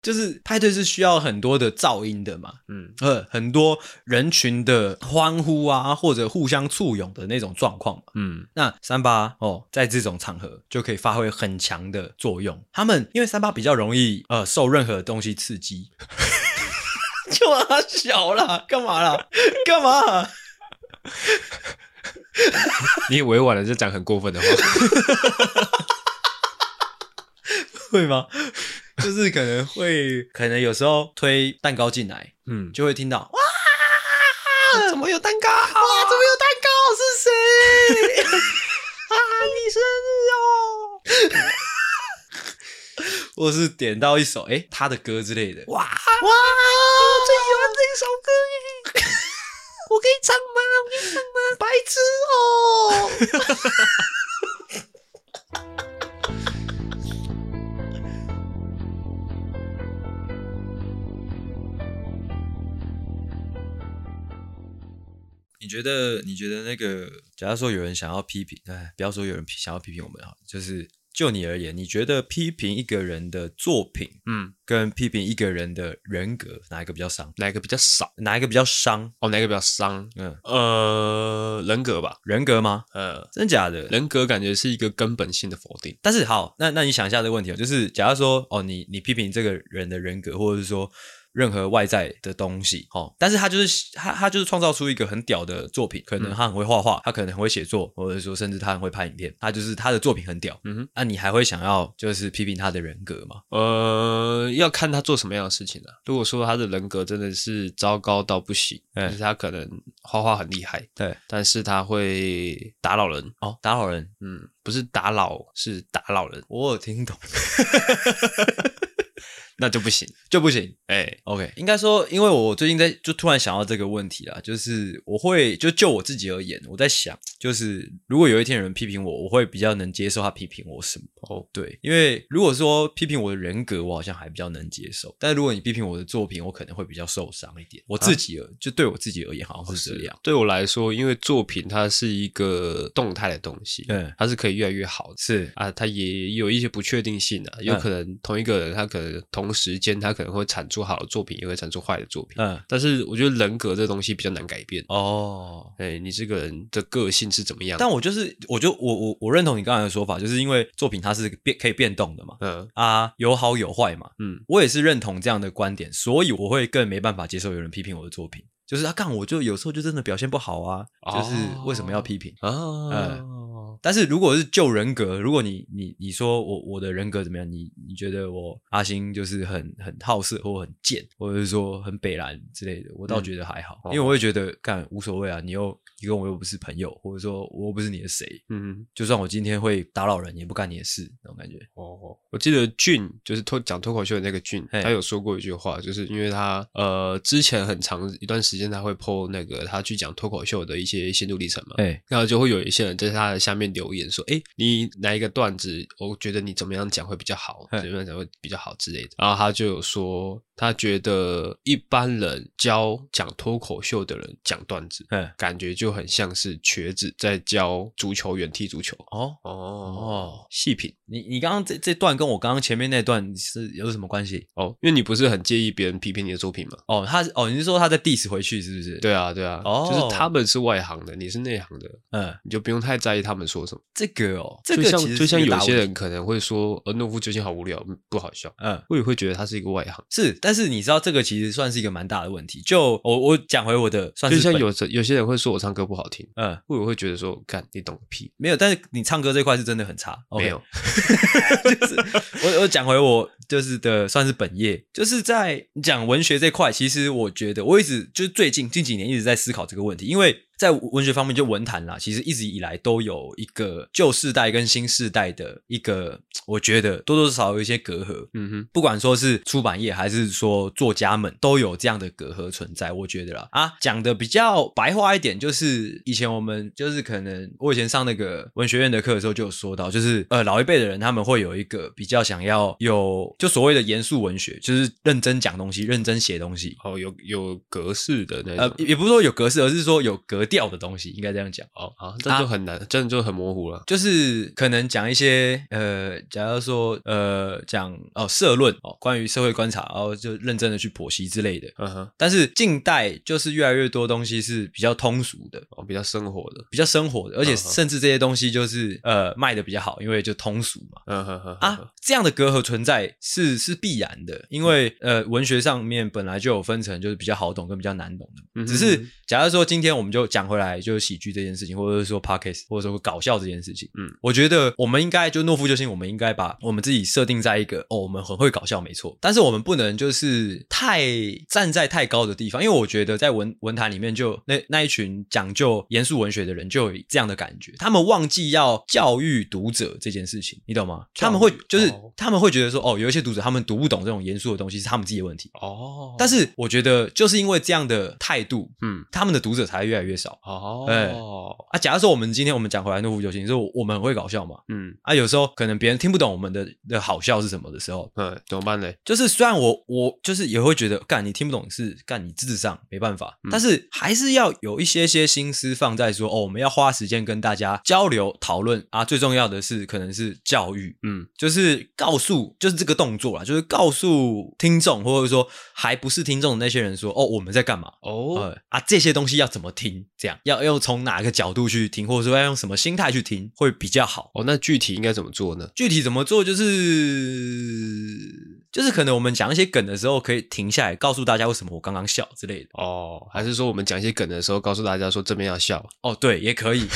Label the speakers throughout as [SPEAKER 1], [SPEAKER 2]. [SPEAKER 1] 就是派对是需要很多的噪音的嘛，
[SPEAKER 2] 嗯，
[SPEAKER 1] 呃，很多人群的欢呼啊，或者互相簇拥的那种状况嘛。
[SPEAKER 2] 嗯，
[SPEAKER 1] 那三八哦，在这种场合就可以发挥很强的作用。他们因为三八比较容易呃受任何东西刺激， 就啊小啦，干嘛啦？干嘛？
[SPEAKER 2] 你委婉的就讲很过分的话，
[SPEAKER 1] 会吗？就是可能会，可能有时候推蛋糕进来，
[SPEAKER 2] 嗯，
[SPEAKER 1] 就会听到哇，
[SPEAKER 2] 怎么有蛋糕？
[SPEAKER 1] 哇怎么有蛋糕？是谁？ 啊，你生日哦！ 或是点到一首哎、诶他的歌之类的，哇哇，我最喜欢这一首歌耶！ 我可以唱吗？我可以唱吗？白痴哦！ 你觉得？你觉得那个，假如说有人想要批评，哎，不要说有人批想要批评我们哈，啊就是就你而言，你觉得批评一个人的作品
[SPEAKER 2] 嗯，
[SPEAKER 1] 跟批评一个人的人格，哪一个比较伤？
[SPEAKER 2] 哪个比较少？
[SPEAKER 1] 哪一个比较伤？
[SPEAKER 2] 哦，哪个比较伤？
[SPEAKER 1] 嗯，
[SPEAKER 2] 呃，人格吧，
[SPEAKER 1] 人格吗？
[SPEAKER 2] 呃，
[SPEAKER 1] 真假的？
[SPEAKER 2] 人格感觉是一个根本性的否定。
[SPEAKER 1] 但是好，那那你想一下这个问题哦，就是假如说哦，你你批评这个人的人格，或者是说任何外在的东西，哦，但是他就是他他就是创造出一个很屌的作品，
[SPEAKER 2] 嗯
[SPEAKER 1] 可能他很会画画，他可能很会写作，或者说甚至他很会拍影片，他就是他的作品很屌，
[SPEAKER 2] 嗯哼，
[SPEAKER 1] 那、你还会想要就是批评他的人格吗？
[SPEAKER 2] 呃，要看他做什么样的事情了、啊如果说他的人格真的是糟糕到不行，
[SPEAKER 1] 嗯
[SPEAKER 2] 就是他可能画画很厉害，
[SPEAKER 1] 对，
[SPEAKER 2] 但是他会打扰人，
[SPEAKER 1] 哦，打扰人，
[SPEAKER 2] 嗯，不是打扰，是打扰人，
[SPEAKER 1] 我有听 懂
[SPEAKER 2] 那就不行。
[SPEAKER 1] 就不行。
[SPEAKER 2] 哎、
[SPEAKER 1] OK，应该说，因为我最近在就突然想到这个问题啦，就是我会就就我自己而言，我在想，就是如果有一天有人批评我，我会比较能接受他批评我什么。
[SPEAKER 2] 哦，
[SPEAKER 1] 对，因为如果说批评我的人格，我好像还比较能接受，但如果你批评我的作品，我可能会比较受伤一点。我自己而、就对我自己而言，好像是这样。
[SPEAKER 2] 对我来说，因为作品它是一个动态的东西，
[SPEAKER 1] 嗯
[SPEAKER 2] 它是可以越来越好的。
[SPEAKER 1] 是，
[SPEAKER 2] 啊，它也有一些不确定性啊，有
[SPEAKER 1] 嗯
[SPEAKER 2] 可能同一个人，他可能同时间，他可能会产出好的作品，也会产出坏的作品。
[SPEAKER 1] 嗯，
[SPEAKER 2] 但是我觉得人格这东西比较难改变。
[SPEAKER 1] 哦，
[SPEAKER 2] 哎、你这个人的个性是怎么样？
[SPEAKER 1] 但我就是，我就我我我认同你刚才的说法，就是因为作品它是变可以变动的嘛，
[SPEAKER 2] 嗯
[SPEAKER 1] 啊，有好有坏嘛，
[SPEAKER 2] 嗯，
[SPEAKER 1] 我也是认同这样的观点，所以我会更没办法接受有人批评我的作品。就是啊，干我就有时候就真的表现不好啊，
[SPEAKER 2] 哦
[SPEAKER 1] 就是为什么要批评？
[SPEAKER 2] 哦，
[SPEAKER 1] 但是如果是就人格，如果你你你说我我的人格怎么样，你你觉得我阿星就是很很好色或很贱，或者是说很北蓝之类的，我倒
[SPEAKER 2] 嗯
[SPEAKER 1] 觉得还好，
[SPEAKER 2] 哦
[SPEAKER 1] 因为我会觉得干无所谓啊，你又你跟我又不是朋友，或者说我又不是你的谁，
[SPEAKER 2] 嗯，
[SPEAKER 1] 就算我今天会打扰人，也不干你的事那种感觉。
[SPEAKER 2] 哦，我记得俊就是脱讲脱口秀的那个俊，
[SPEAKER 1] 嘿
[SPEAKER 2] 他有说过一句话，就是因为他呃之前很长一段时间他会 PO 那个他去讲脱口秀的一些心路历程嘛，
[SPEAKER 1] 哎、
[SPEAKER 2] 然后就会有一些人在他的下面留言说：“哎，你哪一个段子，我觉得你怎么样讲会比较好，
[SPEAKER 1] 嘿
[SPEAKER 2] 怎么样讲会比较好之类的。”然后他就有说，他觉得一般人教讲脱口秀的人讲段子，
[SPEAKER 1] 嗯，
[SPEAKER 2] 感觉就很像是瘸子在教足球员踢足球。
[SPEAKER 1] 哦，
[SPEAKER 2] 哦
[SPEAKER 1] 哦
[SPEAKER 2] 哦，细品
[SPEAKER 1] 你你刚刚这这段跟我刚刚前面那段是有什么关系？
[SPEAKER 2] 哦，因为你不是很介意别人批评你的作品吗？
[SPEAKER 1] 哦，他是哦，你是说他在 diss 回去是不是？，
[SPEAKER 2] 对啊，对啊，
[SPEAKER 1] 哦
[SPEAKER 2] 就是他们是外行的，你是内行的，
[SPEAKER 1] 嗯，
[SPEAKER 2] 你就不用太在意他们说什么。
[SPEAKER 1] 这个哦，这个
[SPEAKER 2] 就
[SPEAKER 1] 其实
[SPEAKER 2] 像
[SPEAKER 1] 是
[SPEAKER 2] 就像
[SPEAKER 1] 一个大
[SPEAKER 2] 有些
[SPEAKER 1] 问
[SPEAKER 2] 人可能会说，呃，懦夫究竟好无聊，嗯不好笑。
[SPEAKER 1] 题，嗯。
[SPEAKER 2] 我也会觉得他是一个外行，
[SPEAKER 1] 是，但是你知道这个其实算是一个蛮大的问题。就我我讲回我的，算
[SPEAKER 2] 就是像
[SPEAKER 1] 本
[SPEAKER 2] 有有些人会说我唱歌不好听，
[SPEAKER 1] 嗯
[SPEAKER 2] 我也会觉得说，干你懂个屁，
[SPEAKER 1] 没有，但是你唱歌这块是真的很差。
[SPEAKER 2] 没有，
[SPEAKER 1] 就是 我我讲回我就是的算是本业，就是在讲文学这块，其实我觉得我一直就是最近近几年一直在思考这个问题，因为在文学方面就文坛啦，其实一直以来都有一个旧世代跟新世代的一个，我觉得多多少少有一些隔阂。
[SPEAKER 2] 嗯哼，
[SPEAKER 1] 不管说是出版业还是说作家们，都有这样的隔阂存在，我觉得啦啊，讲的比较白话一点，就是以前我们就是可能我以前上那个文学院的课的时候就有说到，就是呃老一辈的人他们会有一个比较想要有就所谓的严肃文学，就是认真讲东西、认真写东西，
[SPEAKER 2] 哦，有有格式的那
[SPEAKER 1] 呃
[SPEAKER 2] 种，
[SPEAKER 1] 也不是说有格式，而是说有格掉的东西，应该这样讲。
[SPEAKER 2] 哦，好，这就很难，这就很模糊了。
[SPEAKER 1] 就是可能讲一些呃，假如说呃讲哦社论哦，关于社会观察，然后就认真的去剖析之类的。
[SPEAKER 2] 嗯哼，
[SPEAKER 1] 但是近代就是越来越多东西是比较通俗的，
[SPEAKER 2] 哦，比较生活的，
[SPEAKER 1] 比较生活的，而且
[SPEAKER 2] 嗯哼
[SPEAKER 1] 甚至这些东西就是呃卖的比较好，因为就通俗嘛。
[SPEAKER 2] 嗯哼哼哼哼
[SPEAKER 1] 啊，这样的隔阂存在是是必然的，因为呃，文学上面本来就有分成，就是比较好懂跟比较难懂的。
[SPEAKER 2] 嗯哼
[SPEAKER 1] 只是假如说今天我们就讲回来，就是喜剧这件事情，或者是说 podcast，或者说搞笑这件事情，
[SPEAKER 2] 嗯，
[SPEAKER 1] 我觉得我们应该就懦夫救星，我们应该把我们自己设定在一个哦，我们很会搞笑，没错，但是我们不能就是太站在太高的地方，因为我觉得在文文坛里面就那那一群讲究严肃文学的人就有这样的感觉，他们忘记要教育读者这件事情，你懂吗？
[SPEAKER 2] 教育
[SPEAKER 1] 他们会就是、
[SPEAKER 2] 哦
[SPEAKER 1] 他们会觉得说哦，有一些读者他们读不懂这种严肃的东西是他们自己的问题，
[SPEAKER 2] 哦，
[SPEAKER 1] 但是我觉得就是因为这样的态度，
[SPEAKER 2] 嗯，
[SPEAKER 1] 他们的读者才会越来越少。哎
[SPEAKER 2] 哦，
[SPEAKER 1] 啊，假如说我们今天我们讲回来懦夫救星，就是我我们很会搞笑嘛，
[SPEAKER 2] 嗯，
[SPEAKER 1] 啊，有时候可能别人听不懂我们的的好笑是什么的时候，
[SPEAKER 2] 嗯，怎么办嘞？
[SPEAKER 1] 就是虽然我我就是也会觉得，干你听不懂是干你智障没办法，但是还是要有一些些心思放在说哦，我们要花时间跟大家交流讨论啊，最重要的是可能是教育，
[SPEAKER 2] 嗯，
[SPEAKER 1] 就是告诉，就是这个动作啦，就是告诉听众或者说还不是听众的那些人说哦，我们在干嘛。
[SPEAKER 2] 哦，
[SPEAKER 1] 呃啊，这些东西要怎么听？这样要要从哪个角度去听，或者说要用什么心态去听，会比较好。
[SPEAKER 2] 哦，那具体应该怎么做呢？
[SPEAKER 1] 具体怎么做，就是就是可能我们讲一些梗的时候，可以停下来告诉大家为什么我刚刚笑之类的。
[SPEAKER 2] 哦，还是说我们讲一些梗的时候，告诉大家说这边要笑，
[SPEAKER 1] 哦，对，也可以，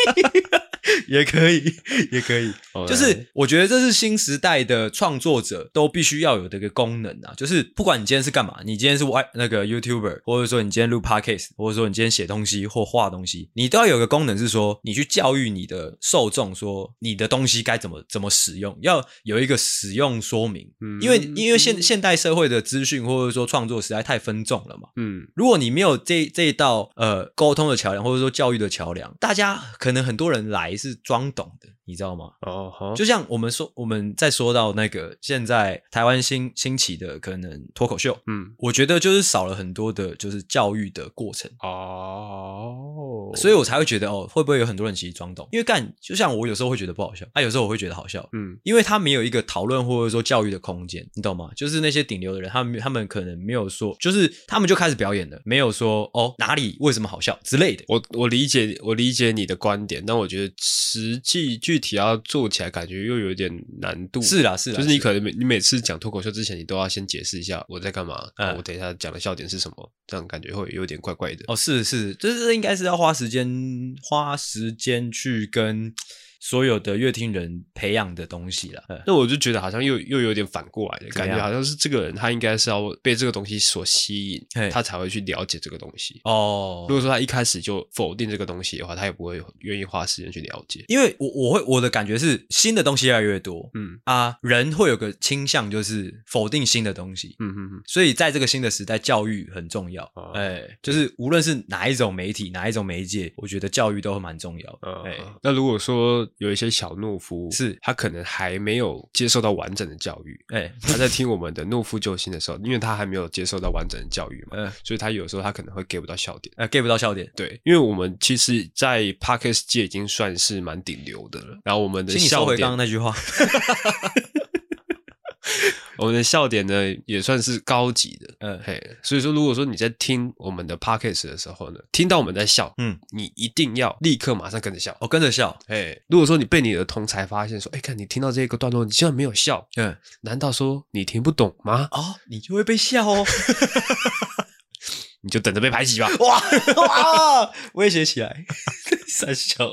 [SPEAKER 1] 也可以，也可以。
[SPEAKER 2] 哦
[SPEAKER 1] 就是我觉得这是新时代的创作者都必须要有的一个功能啊，就是不管你今天是干嘛，你今天是外那个 YouTuber，或者说你今天录 Podcast，或者说你今天写东西或画东西，你都要有个功能是说你去教育你的受众，说你的东西该怎么怎么使用，要有一个使用说明，
[SPEAKER 2] 嗯
[SPEAKER 1] 因为因为现现代社会的资讯或者说创作实在太分众了嘛，
[SPEAKER 2] 嗯，
[SPEAKER 1] 如果你没有这这一道呃沟通的桥梁，或者说教育的桥梁，大家可能很多人来是装懂的，你知道吗？
[SPEAKER 2] 哦，好，
[SPEAKER 1] 就像我们说，我们再说到那个现在台湾兴兴起的可能脱口秀，
[SPEAKER 2] 嗯，
[SPEAKER 1] 我觉得就是少了很多的，就是教育的过程。
[SPEAKER 2] 哦，
[SPEAKER 1] 所以我才会觉得哦，会不会有很多人其实装懂？因为干，就像我有时候会觉得不好笑，啊，有时候我会觉得好笑，
[SPEAKER 2] 嗯，
[SPEAKER 1] 因为他没有一个讨论或者说教育的空间，你懂吗？就是那些顶流的人，他们他们可能没有说，就是他们就开始表演了，没有说哦哪里为什么好笑之类的。
[SPEAKER 2] 我我理解我理解你的观点，但我觉得实际具体要做起来，感觉又有点难度。
[SPEAKER 1] 是啦，是啦，
[SPEAKER 2] 就是你
[SPEAKER 1] 能
[SPEAKER 2] 可能每你每次讲脱口秀之前，你都要先解释一下我在干嘛，
[SPEAKER 1] 嗯
[SPEAKER 2] 啊我等一下讲的笑点是什么，这样感觉会有点怪怪的。
[SPEAKER 1] 哦，是是，就是应该是要花时间花时间去跟所有的乐听人培养的东西啦。嗯
[SPEAKER 2] 那我就觉得好像又又有点反过来的
[SPEAKER 1] 怎么
[SPEAKER 2] 感
[SPEAKER 1] 样
[SPEAKER 2] 觉，好像是这个人他应该是要被这个东西所吸引
[SPEAKER 1] 嘿，
[SPEAKER 2] 他才会去了解这个东西。
[SPEAKER 1] 哦
[SPEAKER 2] 如，果说他一开始就否定这个东西的话，他也不会愿意花时间去了解。
[SPEAKER 1] 因为我我会我的感觉是新的东西越来越多，
[SPEAKER 2] 嗯
[SPEAKER 1] 啊，人会有个倾向，就是否定新的东西。
[SPEAKER 2] 嗯嗯嗯，
[SPEAKER 1] 所以在这个新的时代，教育很重要。哎、
[SPEAKER 2] 哦
[SPEAKER 1] 就是无论是哪一种媒体、哪一种媒介，我觉得教育都蛮重要的。哎、
[SPEAKER 2] 呃，那如果说有一些小懦夫，
[SPEAKER 1] 是
[SPEAKER 2] 他可能还没有接受到完整的教育，
[SPEAKER 1] 哎、
[SPEAKER 2] 他在听我们的懦夫救星的时候，因为他还没有接受到完整的教育嘛，
[SPEAKER 1] 呃
[SPEAKER 2] 所以他有时候他可能会给不到笑点。
[SPEAKER 1] 呃，get 不到笑点。
[SPEAKER 2] 对，因为我们其实，在 podcast 界已经算是蛮顶流的了。然后我们的
[SPEAKER 1] 请你收
[SPEAKER 2] 笑
[SPEAKER 1] 回
[SPEAKER 2] 点
[SPEAKER 1] 刚，刚那句 话。
[SPEAKER 2] 我们的笑点呢，也算是高级的。
[SPEAKER 1] 嗯
[SPEAKER 2] 嘿，所以说，如果说你在听我们的 podcast 的时候呢，听到我们在笑，
[SPEAKER 1] 嗯，
[SPEAKER 2] 你一定要立刻马上跟着笑。
[SPEAKER 1] 哦我、跟着笑。
[SPEAKER 2] 哎，如果说你被你的同才发现说，哎，看你听到这个段落，你竟然没有笑，
[SPEAKER 1] 嗯，
[SPEAKER 2] 难道说你听不懂吗？
[SPEAKER 1] 哦，你就会被笑哦。
[SPEAKER 2] 你就等着被排 挤吧。
[SPEAKER 1] 哇哇，威胁起来，三笑。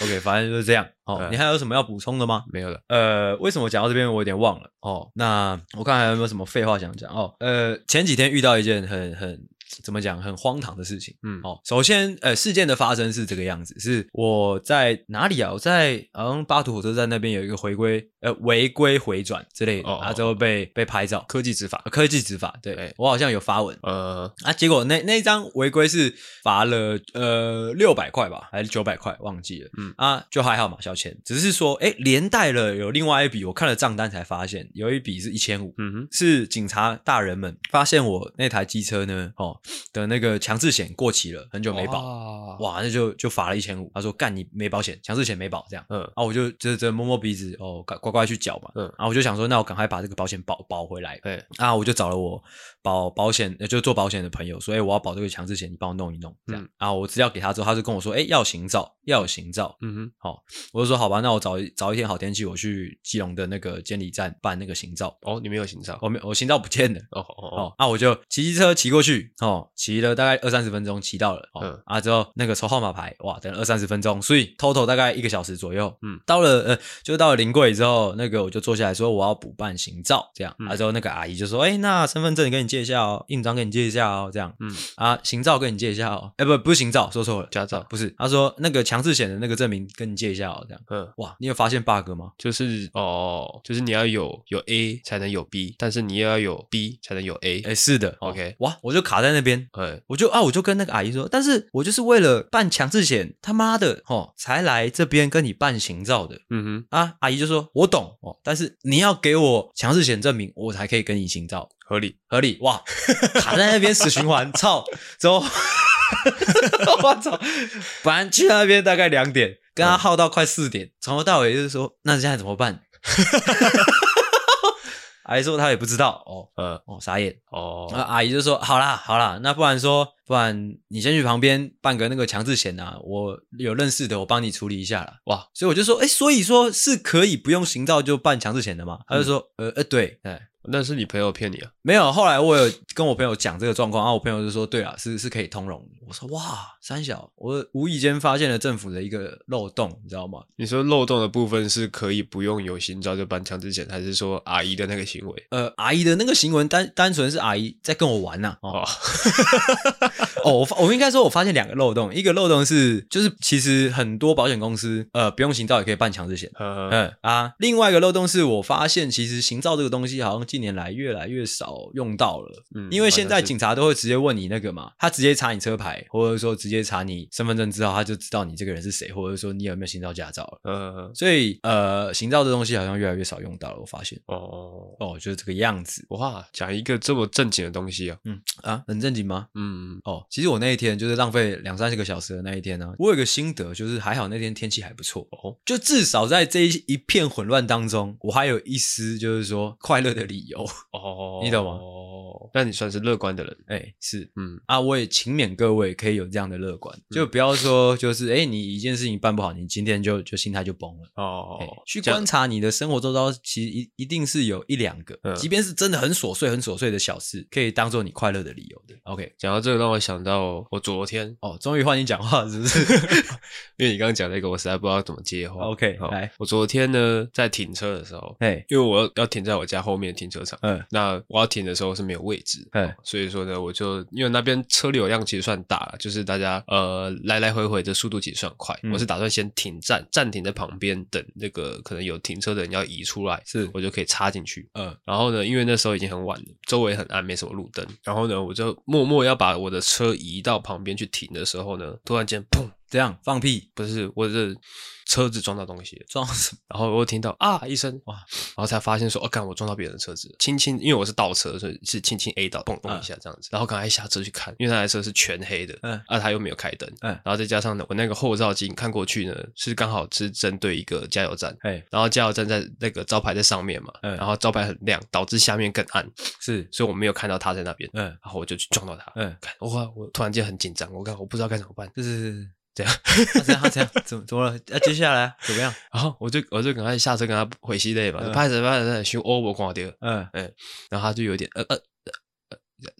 [SPEAKER 1] OK，反正就是这样。哦，
[SPEAKER 2] 嗯
[SPEAKER 1] 你还有什么要补充的吗？
[SPEAKER 2] 没有了，
[SPEAKER 1] 呃，为什么讲到这边我有点忘了哦。那我看还有没有什么废话想讲哦。呃，前几天遇到一件很很怎么讲很荒唐的事情。
[SPEAKER 2] 嗯，
[SPEAKER 1] 哦，首先，呃，事件的发生是这个样子，是我在哪里啊？我在好像巴图火车站那边有一个回归，呃，违规回转之类的，
[SPEAKER 2] 哦
[SPEAKER 1] 啊，之后被被拍照，
[SPEAKER 2] 科技执法，
[SPEAKER 1] 呃科技执法，对
[SPEAKER 2] 哎
[SPEAKER 1] 我好像有发文
[SPEAKER 2] 呃，
[SPEAKER 1] 啊，结果那那一张违规是罚了呃六百块吧，还是九百块，忘记了。
[SPEAKER 2] 嗯
[SPEAKER 1] 啊，就还好嘛，小钱，只是说，哎，连带了有另外一笔，我看了账单才发现，有一笔是一千五，
[SPEAKER 2] 嗯哼，
[SPEAKER 1] 是警察大人们发现我那台机车呢，哦，哦的那个强制险过期了，很久没
[SPEAKER 2] 哦
[SPEAKER 1] 保，
[SPEAKER 2] 保，
[SPEAKER 1] 哇，那就就罚了一千五。他说干你没保险，强制险没保这样。
[SPEAKER 2] 嗯，
[SPEAKER 1] 啊，我就就就摸摸鼻子，哦，赶乖乖去缴嘛。
[SPEAKER 2] 嗯
[SPEAKER 1] 嗯，啊，我就想说，那我赶快把这个保险保保回来。
[SPEAKER 2] 哎，
[SPEAKER 1] 啊，我就找了我保保险，呃就是做保险的朋友，所以我要保这个强制险，你帮我弄一弄。这样、
[SPEAKER 2] 嗯
[SPEAKER 1] 啊，我资料给他之后，他就跟我说，哎、要有行照，要有行照。
[SPEAKER 2] 嗯哼，
[SPEAKER 1] 我就说好吧，那我找一找一天好天气，我去基隆的那个监理站办那个行照。
[SPEAKER 2] 哦，你没有行照，
[SPEAKER 1] 我没我行照不见了。
[SPEAKER 2] 哦哦哦，
[SPEAKER 1] 哦，那、我就骑机车骑过去，哦，骑了大概二三十分钟，骑到了，哦、
[SPEAKER 2] 嗯
[SPEAKER 1] 啊之后那个抽号码牌，哇，等了二三十分钟，所以 total 大概一个小时左右，
[SPEAKER 2] 嗯
[SPEAKER 1] 嗯，到了呃，就到了临柜之后，那个我就坐下来说我要补办行照，这样，
[SPEAKER 2] 嗯
[SPEAKER 1] 啊之后那个阿姨就说，哎、那身份证给你借一下哦，印章给你借一下哦，这样，
[SPEAKER 2] 嗯
[SPEAKER 1] 嗯，啊行照给你借一下哦，哎、不不是行照，说错了，
[SPEAKER 2] 驾照，
[SPEAKER 1] 不是，她说那个强制险的那个证明跟你借一下哦，这样，
[SPEAKER 2] 嗯。
[SPEAKER 1] 哇，你有发现 bug 吗？
[SPEAKER 2] 就是哦，就是你要有有 A 才能有 B，但是你又要有 B 才能有 A，
[SPEAKER 1] 哎、是的哦
[SPEAKER 2] OK
[SPEAKER 1] 哇，我就卡在那边，
[SPEAKER 2] 哎，
[SPEAKER 1] 我就啊，我就跟那个阿姨说，但是我就是为了办强制险，他妈的哦，才来这边跟你办行照的
[SPEAKER 2] 嗯哼，
[SPEAKER 1] 啊。阿姨就说，我懂哦，但是你要给我强制险证明，我才可以跟你行照，
[SPEAKER 2] 合理。
[SPEAKER 1] 合理哇？卡在那边死循环，操！之后我操，本来去那边大概两点，跟他耗到快四点，从头到尾就是说，那现在怎么办？ 阿姨说她也不知道哦
[SPEAKER 2] 呃，
[SPEAKER 1] 哦，傻眼。那
[SPEAKER 2] 哦，
[SPEAKER 1] 阿姨就说：“好啦，好啦，那不然说，不然你先去旁边办个那个强制险啊，我有认识的，我帮你处理一下啦。
[SPEAKER 2] 哇，
[SPEAKER 1] 所以我就说：“哎、所以说是可以不用行照就办强制险的吗？”他就说：“呃呃，对，哎，
[SPEAKER 2] 那是你朋友骗你啊？
[SPEAKER 1] 没有。”后来我有跟我朋友讲这个状况，然、后我朋友就说：“对啊，是是可以通融的。”我说：“哇，三小，我无意间发现了政府的一个漏洞，你知道吗？
[SPEAKER 2] 你说漏洞的部分是可以不用有行照就办强制险，还是说阿姨的那个行为？
[SPEAKER 1] 呃，阿姨的那个行为单单纯是阿姨在跟我玩啊呐、
[SPEAKER 2] 哦，
[SPEAKER 1] 哦，我发我应该说，我发现两个漏洞，一个漏洞是，就是其实很多保险公司，呃，不用行照也可以办强制险。
[SPEAKER 2] 呃，
[SPEAKER 1] 嗯啊，另外一个漏洞是我发现，其实行照这个东西好像近年来越来越少用到了，
[SPEAKER 2] 嗯
[SPEAKER 1] 因为现
[SPEAKER 2] 好
[SPEAKER 1] 在
[SPEAKER 2] 像是
[SPEAKER 1] 警察都会直接问你那个嘛，他直接查你车牌，或者说直接查你身份证之后，他就知道你这个人是谁，或者说你有没有行照驾照了。
[SPEAKER 2] 呃，
[SPEAKER 1] 所以呃，行照这东西好像越来越少用到了，我发现。
[SPEAKER 2] 哦，
[SPEAKER 1] 哦，就是这个样子
[SPEAKER 2] 哇，讲一个这么正经的东西啊，
[SPEAKER 1] 啊，很正经吗？
[SPEAKER 2] 嗯，
[SPEAKER 1] 哦，其实我那一天就是浪费两三十个小时的那一天呢、我有个心得，就是还好那天天气还不错，
[SPEAKER 2] 哦，
[SPEAKER 1] 就至少在这一一片混乱当中，我还有一丝就是说快乐的理由。
[SPEAKER 2] 哦，
[SPEAKER 1] 你懂吗
[SPEAKER 2] 哦，那你算是乐观的人，
[SPEAKER 1] 哎，是
[SPEAKER 2] 嗯，
[SPEAKER 1] 啊，我也勤勉各位可以有这样的乐观，就不要说就是哎，你一件事情办不好，你今天就就心态就崩了。哎
[SPEAKER 2] 哦，
[SPEAKER 1] 去
[SPEAKER 2] 这样
[SPEAKER 1] 观察你的生活周遭，其实一一定是有一两个，
[SPEAKER 2] 嗯
[SPEAKER 1] 即便是真的很琐碎、很琐碎的小事，可以当做你快乐的理由的。OK，
[SPEAKER 2] 讲到这个，让我想到我昨天，
[SPEAKER 1] 哦，终于换你讲话了是不 是
[SPEAKER 2] 因为你刚刚讲那个，我实在不知道怎么接话。
[SPEAKER 1] ？OK，
[SPEAKER 2] 好
[SPEAKER 1] 来，
[SPEAKER 2] 我昨天呢在停车的时候，
[SPEAKER 1] 哎，
[SPEAKER 2] 因为我要要停在我家后面的停车场，
[SPEAKER 1] 嗯
[SPEAKER 2] 那我要停的时候是没有位置，
[SPEAKER 1] 嗯
[SPEAKER 2] 哦所以说呢，我就因为那边车流量其实算大了，就是大家呃来来回回的速度其实算快。
[SPEAKER 1] 嗯
[SPEAKER 2] 我是打算先停站，暂停在旁边等那个可能有停车的人要移出来，
[SPEAKER 1] 是
[SPEAKER 2] 我就可以插进去。
[SPEAKER 1] 嗯
[SPEAKER 2] 然后呢，因为那时候已经很晚了，周围很暗，没什么路灯。然后呢，我就默默要把我的车移到旁边去停的时候呢，突然间砰，
[SPEAKER 1] 这样放屁
[SPEAKER 2] 不是我的车子撞到东西了。
[SPEAKER 1] 装什么？
[SPEAKER 2] 然后我又听到啊一声哇
[SPEAKER 1] 哇，
[SPEAKER 2] 然后才发现说，哦，干，我撞到别人的车子了，轻轻，因为我是倒车，所以是轻轻 A 到，嘣嘣一下这样子。然后赶快下车去看，因为那台车是全黑的，
[SPEAKER 1] 嗯
[SPEAKER 2] 啊，他又没有开灯，
[SPEAKER 1] 嗯
[SPEAKER 2] 然后再加上呢，我那个后照镜看过去呢，是刚好是针对一个加油站。
[SPEAKER 1] 哎，
[SPEAKER 2] 然后加油站在那个招牌在上面嘛，
[SPEAKER 1] 嗯
[SPEAKER 2] 然后招牌很亮，导致下面更暗，
[SPEAKER 1] 是，
[SPEAKER 2] 所以我没有看到他在那边，
[SPEAKER 1] 嗯
[SPEAKER 2] 然后我就去撞到他。
[SPEAKER 1] 嗯，
[SPEAKER 2] 看，哇！我突然间很紧张，我看我不知道该怎么办，
[SPEAKER 1] 是是是，
[SPEAKER 2] 这样。
[SPEAKER 1] 啊这样啊这样，怎么怎么了？啊，接下来啊怎么样？
[SPEAKER 2] 然后我就我就赶快下车跟他回系内嘛，
[SPEAKER 1] 嗯
[SPEAKER 2] 拍着拍着修欧我挂掉，
[SPEAKER 1] 嗯
[SPEAKER 2] 然后他就有点呃呃呃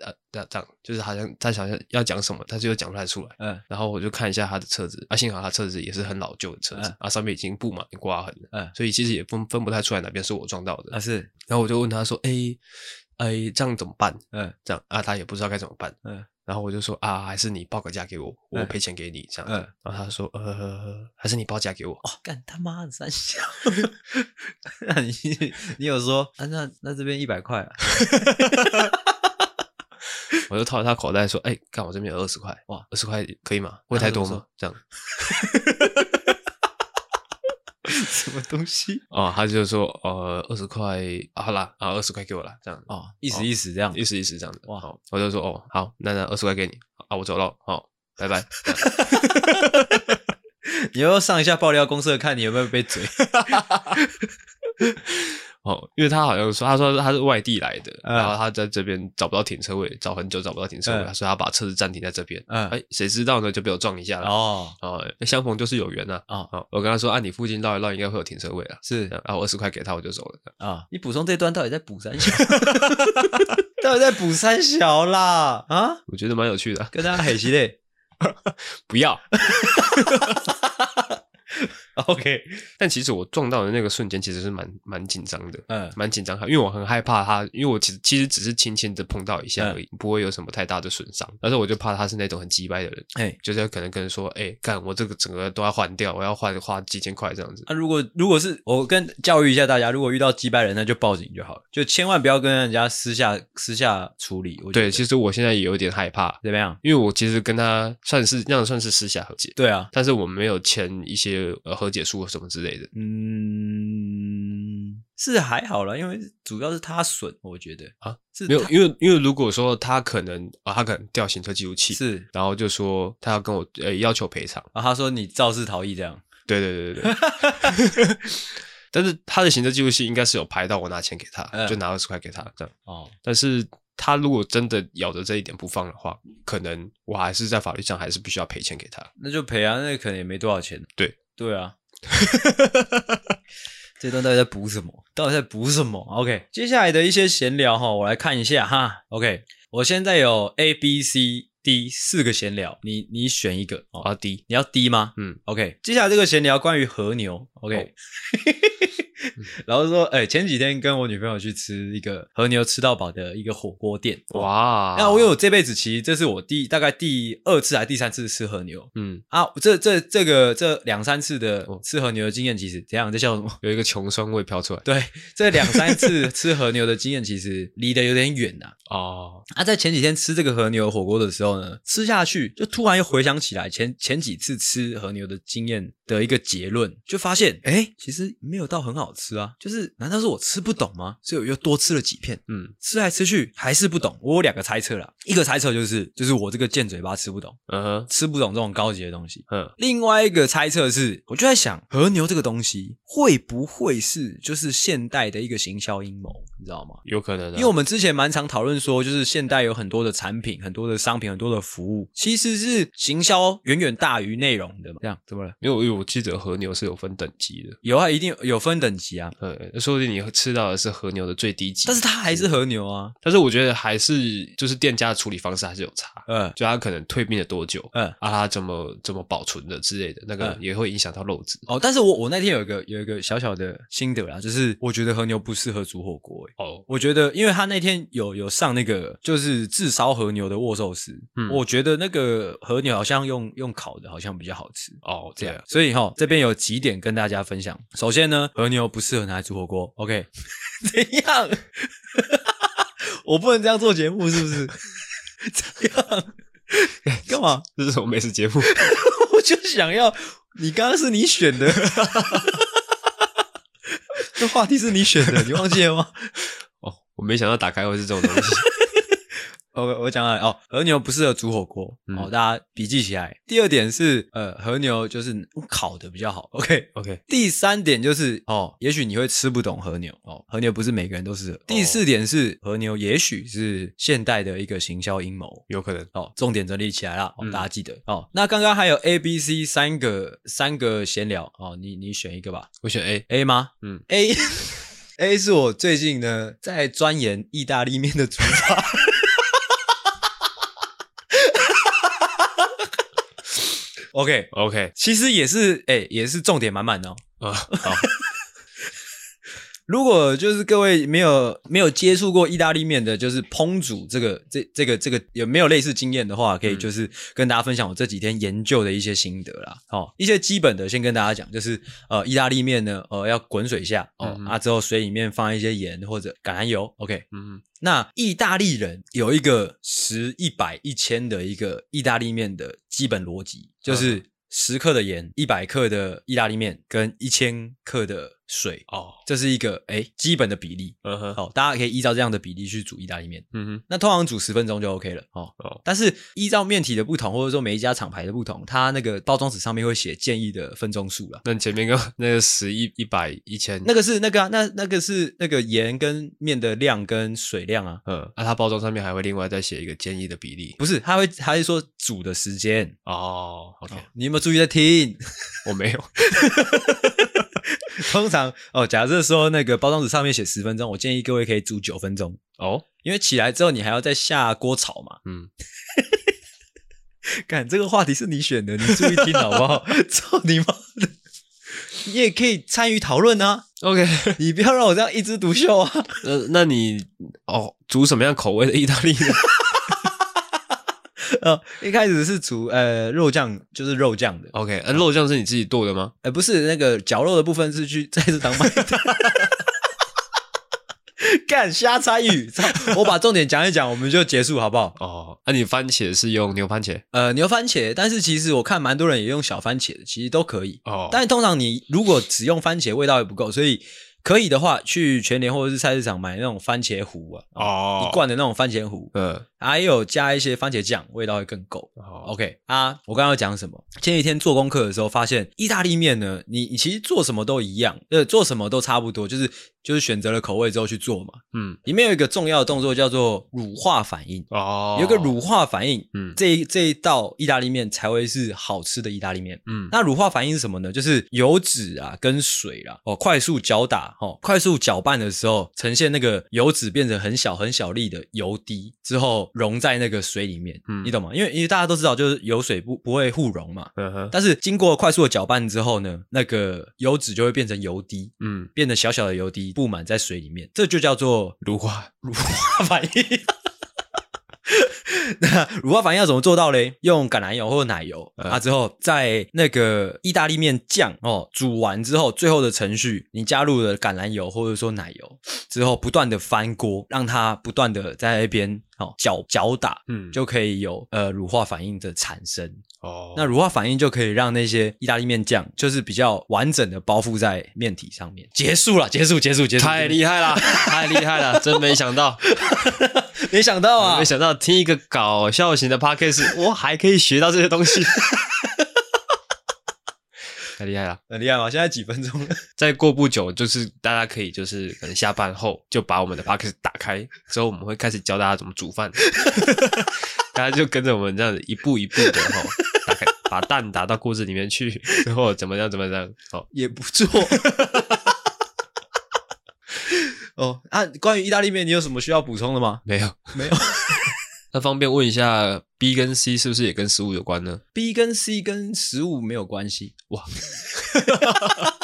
[SPEAKER 2] 呃呃这样这样，就是好像他想要要讲什么，但是又讲不太出来。
[SPEAKER 1] 嗯
[SPEAKER 2] 然后我就看一下他的车子，啊，幸好他车子也是很老旧的车子
[SPEAKER 1] 嗯，
[SPEAKER 2] 啊，上面已经布满刮痕了，
[SPEAKER 1] 嗯，
[SPEAKER 2] 所以其实也分分不太出来哪边是我撞到的
[SPEAKER 1] 啊。是，
[SPEAKER 2] 然后我就问他说：“哎哎，这样怎么办
[SPEAKER 1] 嗯？”
[SPEAKER 2] 这样啊，他也不知道该怎么办。
[SPEAKER 1] 嗯
[SPEAKER 2] 然后我就说：“啊，还是你报个价给我，我
[SPEAKER 1] 嗯
[SPEAKER 2] 赔钱给你。”这样子
[SPEAKER 1] 嗯，
[SPEAKER 2] 然后他说：“呃，还是你报价给 我。”
[SPEAKER 1] 哇，哦干他妈的三小，那你你有说啊？那那这边一百块啊？
[SPEAKER 2] 我就掏了他口袋说：“哎、看我这边有二十块，哇
[SPEAKER 1] 哇，
[SPEAKER 2] 二十块可以吗？会太多
[SPEAKER 1] 那他怎么
[SPEAKER 2] 吗？”这样，
[SPEAKER 1] 什么东西
[SPEAKER 2] 哦，他就说呃二十块，啊好啦啊二十块给我啦，这样子
[SPEAKER 1] 哦，意思意思这样，
[SPEAKER 2] 意思意思这样子。
[SPEAKER 1] 哇
[SPEAKER 2] 哇，我就说哦好，那那二十块给你啊，我走了，好，拜 拜。
[SPEAKER 1] 你要不要上一下爆料公社，看你有没有被嘴。
[SPEAKER 2] 哦，因为他好像说，他说他是外地来的，
[SPEAKER 1] 嗯
[SPEAKER 2] 然后他在这边找不到停车位，找很久找不到停车位，
[SPEAKER 1] 嗯
[SPEAKER 2] 所以他把车子暂停在这边。
[SPEAKER 1] 嗯
[SPEAKER 2] 哎，谁知道呢？就被我撞一下了。
[SPEAKER 1] 哦，
[SPEAKER 2] 哦，相逢就是有缘呐、
[SPEAKER 1] 哦
[SPEAKER 2] 哦，我跟他说啊，你附近绕一绕应该会有停车位啊。
[SPEAKER 1] 是
[SPEAKER 2] 然后我二十块给他，我就走了。
[SPEAKER 1] 啊，你补充这段到底在补三小？ 到底在补三小啦？啊，
[SPEAKER 2] 我觉得蛮有趣的。
[SPEAKER 1] 跟大家很系列。
[SPEAKER 2] 不要，
[SPEAKER 1] OK，
[SPEAKER 2] 但其实我撞到的那个瞬间，其实是蛮蛮紧张的，
[SPEAKER 1] 嗯
[SPEAKER 2] 蛮紧张，因为我很害怕他，因为我其实其实只是轻轻的碰到一下
[SPEAKER 1] 嗯
[SPEAKER 2] 而已，不会有什么太大的损伤。但是我就怕他是那种很鸡掰的人，
[SPEAKER 1] 哎，
[SPEAKER 2] 就是可能跟人说，哎、干我这个整个都要换掉，我要换花几千块这样子。
[SPEAKER 1] 那、如果如果是我跟教育一下大家，如果遇到击败人，那就报警就好了，就千万不要跟人家私下私下处理。我觉得
[SPEAKER 2] 对，其实我现在也有点害怕，
[SPEAKER 1] 怎么样？
[SPEAKER 2] 因为我其实跟他算是那样算是私下和解，
[SPEAKER 1] 对啊，
[SPEAKER 2] 但是我们没有签一些呃和解书什么之类的。
[SPEAKER 1] 嗯，是还好啦，因为主要是他损，我觉得
[SPEAKER 2] 啊，
[SPEAKER 1] 是
[SPEAKER 2] 没有
[SPEAKER 1] 他，
[SPEAKER 2] 因为因为如果说他可能啊、他可能掉行车记录器，
[SPEAKER 1] 是
[SPEAKER 2] 然后就说他要跟我呃要求赔偿，
[SPEAKER 1] 啊，他说你肇事逃逸这样，
[SPEAKER 2] 对对对对 对。但是他的行车记录器应该是有拍到我拿钱给他，
[SPEAKER 1] 嗯
[SPEAKER 2] 就拿二十块给他这样。
[SPEAKER 1] 哦，
[SPEAKER 2] 但是他如果真的咬着这一点不放的话，可能我还是在法律上还是必须要赔钱给他。
[SPEAKER 1] 那就赔啊，那可能也没多少钱。
[SPEAKER 2] 对，
[SPEAKER 1] 对 啊。这段到底在补什么？到底在补什么？OK，接下来的一些闲聊哈，我来看一下哈。OK，我现在有 A、B、C、D 四个闲聊，你你选一个
[SPEAKER 2] 我
[SPEAKER 1] 哦。
[SPEAKER 2] 要低，
[SPEAKER 1] 你要 D 吗？
[SPEAKER 2] 嗯，
[SPEAKER 1] OK，接下来这个闲聊关于和牛，OK，、
[SPEAKER 2] 哦
[SPEAKER 1] 然后说，哎、前几天跟我女朋友去吃一个和牛吃到饱的一个火锅店，哇！
[SPEAKER 2] 哇，
[SPEAKER 1] 哦那我有这辈子其实这是我第大概第二次还第三次吃和牛
[SPEAKER 2] 嗯，
[SPEAKER 1] 啊，这这这个这两三次的
[SPEAKER 2] 哦
[SPEAKER 1] 吃和牛的经验，其实怎样在笑什么？
[SPEAKER 2] 有一个穷酸味飘出来。
[SPEAKER 1] 对，这两三次吃和牛的经验其实离得有点远呐、啊。
[SPEAKER 2] 哦，
[SPEAKER 1] 啊，在前几天吃这个和牛火锅的时候呢，吃下去就突然又回想起来前前几次吃和牛的经验的一个结论，就发现，哎，其实没有到很好吃啊，就是难道是我吃不懂吗？所以我又多吃了几片。
[SPEAKER 2] 嗯
[SPEAKER 1] 吃来吃去还是不懂，我有两个猜测啦，一个猜测就是就是我这个贱嘴巴吃不懂，
[SPEAKER 2] 嗯哼
[SPEAKER 1] 吃不懂这种高级的东西，
[SPEAKER 2] 嗯，
[SPEAKER 1] 另外一个猜测是，我就在想，和牛这个东西会不会是就是现代的一个行销阴谋，你知道吗？
[SPEAKER 2] 有可能、啊，
[SPEAKER 1] 因为我们之前蛮常讨论说，就是现代有很多的产品、很多的商品、很多的服务，其实是行销远远大于内容的嘛。这样怎么了？
[SPEAKER 2] 因为我因为我记得和牛是有分等级的，
[SPEAKER 1] 有啊，一定有分等级啊，
[SPEAKER 2] 呃，说不定你吃到的是和牛的最低级，
[SPEAKER 1] 但是它还是和牛啊。
[SPEAKER 2] 但是我觉得还是就是店家的处理方式还是有差，
[SPEAKER 1] 嗯
[SPEAKER 2] 就它可能退冰了多久，
[SPEAKER 1] 嗯，
[SPEAKER 2] 啊，它怎么怎么保存的之类的，那个
[SPEAKER 1] 嗯
[SPEAKER 2] 也会影响到肉质。
[SPEAKER 1] 哦，但是我我那天有一个有一个小小的心得啦，就是我觉得和牛不适合煮火锅、欸，
[SPEAKER 2] 哦，
[SPEAKER 1] 我觉得，因为他那天有有上那个就是炙烧和牛的握寿司，
[SPEAKER 2] 嗯
[SPEAKER 1] 我觉得那个和牛好像用用烤的，好像比较好吃。
[SPEAKER 2] 哦，这样，
[SPEAKER 1] 所以哈、这边有几点跟大家分享。首先呢，和牛不适合拿来煮火锅。OK，怎 样？ 我不能这样做节目，是不是？ 怎样？干嘛？
[SPEAKER 2] 这是什么美食节目？
[SPEAKER 1] 我就想要，你刚刚是你选的， 这话题是你选的，你忘记了吗？
[SPEAKER 2] 哦，我没想到打开会是这种东 西。
[SPEAKER 1] 我我讲了哦，和牛不适合煮火锅、
[SPEAKER 2] 嗯
[SPEAKER 1] 哦，大家笔记起来。第二点是呃，和牛就是用烤的比较好，OK。
[SPEAKER 2] OK，
[SPEAKER 1] 第三点就是哦，也许你会吃不懂和牛哦，和牛不是每个人都适合。第四点是和牛，也许是现代的一个行销阴谋。
[SPEAKER 2] 有可能。
[SPEAKER 1] 哦，重点整理起来了，哦
[SPEAKER 2] 嗯
[SPEAKER 1] 大家记得、哦。那刚刚还有 A、B、C 三个三个闲聊哦，你你选一个吧
[SPEAKER 2] 我选 A，
[SPEAKER 1] ，A 吗？
[SPEAKER 2] 嗯
[SPEAKER 1] ，A A 是我最近呢在钻研意大利面的煮法。OK，
[SPEAKER 2] ，OK
[SPEAKER 1] 其实也是，哎、也是重点满满的哦。
[SPEAKER 2] 啊，好，
[SPEAKER 1] 如果就是各位没有没有接触过意大利面的，就是烹煮这个这这个这个有没有类似经验的话，可以
[SPEAKER 2] 嗯
[SPEAKER 1] 就是跟大家分享我这几天研究的一些心得啦。哦，一些基本的先跟大家讲，就是呃，意大利面呢，呃，要滚水下哦，
[SPEAKER 2] 嗯
[SPEAKER 1] 啊之后水里面放一些盐或者橄榄油，OK，
[SPEAKER 2] 嗯，
[SPEAKER 1] 那意大利人有
[SPEAKER 2] 嗯
[SPEAKER 1] 一个十、一百、一千的一个意大利面的基本逻辑，就是十克的盐、一百克的意大利面跟一千克的水，
[SPEAKER 2] 哦，
[SPEAKER 1] 这是一个哎基本的比例。
[SPEAKER 2] 嗯哼，
[SPEAKER 1] 好，大家可以依照这样的比例去煮意大利面。
[SPEAKER 2] 嗯哼，
[SPEAKER 1] 那通常煮十分钟就 OK 了哦。
[SPEAKER 2] 哦
[SPEAKER 1] 但是依照面体的不同，或者说每一家厂牌的不同，它那个包装纸上面会写建议的分钟数啦。
[SPEAKER 2] 那你前面跟那个十一一百一千，
[SPEAKER 1] 那个是那个啊，那那个是那个盐跟面的量跟水量啊，
[SPEAKER 2] 嗯，那、它包装上面还会另外再写一个建议的比例。
[SPEAKER 1] 不是，他会他是说煮的时间。
[SPEAKER 2] 哦，OK，、
[SPEAKER 1] 你有没有注意在听？
[SPEAKER 2] 我没有，
[SPEAKER 1] 通常哦，假设说那个包装纸上面写十分钟，我建议各位可以煮九分钟，
[SPEAKER 2] 哦，
[SPEAKER 1] 因为起来之后你还要再下锅炒嘛。
[SPEAKER 2] 嗯，
[SPEAKER 1] 干，这个话题是你选的，你注意听好不好？ 操你妈的！你也可以参与讨论啊，
[SPEAKER 2] OK，
[SPEAKER 1] 你不要让我这样一枝独秀啊！
[SPEAKER 2] 呃，那你哦，煮什么样口味的意大利面？
[SPEAKER 1] 呃，一开始是煮呃肉酱，就是肉酱的，
[SPEAKER 2] OK，呃，肉酱是你自己剁的吗？
[SPEAKER 1] 呃，不是那个绞肉的部分是去 菜市场买的。 干瞎参与，操我把重点讲一讲，我们就结束好不好？
[SPEAKER 2] 哦，那、你番茄是用牛番茄？
[SPEAKER 1] 呃，牛番茄，但是其实我看蛮多人也用小番茄的，其实都可以。
[SPEAKER 2] 哦
[SPEAKER 1] 但通常你如果只用番茄，味道也不够，所以可以的话，去全联或者是菜市场买那种番茄糊啊，
[SPEAKER 2] 哦
[SPEAKER 1] 一，罐的那种番茄糊，啊
[SPEAKER 2] 嗯，
[SPEAKER 1] 还有加一些番茄酱，味道会更够。
[SPEAKER 2] 哦
[SPEAKER 1] OK 啊，我刚刚要讲什么？前几天做功课的时候发现，意大利面呢，你你其实做什么都一样，呃，做什么都差不多，就是就是选择了口味之后去做嘛。
[SPEAKER 2] 嗯，
[SPEAKER 1] 里面有一个重要的动作叫做乳化反应，
[SPEAKER 2] 哦，
[SPEAKER 1] 有一个乳化反应，
[SPEAKER 2] 嗯
[SPEAKER 1] 这一这一道意大利面才会是好吃的意大利面。
[SPEAKER 2] 嗯，
[SPEAKER 1] 那乳化反应是什么呢？就是油脂啊跟水啊，哦，快速搅打，哦，快速搅拌的时候，呈现那个油脂变成很小很小粒的油滴，之后溶在那个水里面，
[SPEAKER 2] 嗯
[SPEAKER 1] 你懂吗？因为因为大家都知道，就是油水不不会互溶嘛。
[SPEAKER 2] 嗯哼，
[SPEAKER 1] 但是经过快速的搅拌之后呢，那个油脂就会变成油滴，
[SPEAKER 2] 嗯，
[SPEAKER 1] 变得小小的油滴布满在水里面，这就叫做
[SPEAKER 2] 乳化，乳
[SPEAKER 1] 化反应。那乳化反应要怎么做到嘞？用橄榄油或奶油、
[SPEAKER 2] 嗯
[SPEAKER 1] 啊，之后在那个意大利面酱哦煮完之后，最后的程序你加入了橄榄油或者说奶油之后，不断的翻锅，让它不断的在那边哦搅搅打，
[SPEAKER 2] 嗯，
[SPEAKER 1] 就可以有呃乳化反应的产生。
[SPEAKER 2] 哦，
[SPEAKER 1] 那乳化反应就可以让那些意大利面酱就是比较完整的包覆在面体上面。结束了，结束，结束，结束！
[SPEAKER 2] 太厉害了，太厉害了，真没想 到，
[SPEAKER 1] 没想到啊，
[SPEAKER 2] 没想到听一个搞笑型的 podcast，我还可以学到这些东西， 太厉害了。
[SPEAKER 1] 很厉害吗？现在几分钟了？
[SPEAKER 2] 再过不久，就是大家可以就是可能下班后就把我们的 p o c k e t 打开，之后我们会开始教大家怎么煮饭， 大家就跟着我们这样子一步一步的哈、打开把蛋打到锅子里面去，之后怎么样怎么样哦，
[SPEAKER 1] 也不错。哦啊，关于意大利面，你有什么需要补充的吗
[SPEAKER 2] 没有
[SPEAKER 1] 没有，
[SPEAKER 2] 那方便问一下 B 跟 C 是不是也跟食物有关呢？
[SPEAKER 1] ？B 跟 C 跟食物没有关系
[SPEAKER 2] 哇，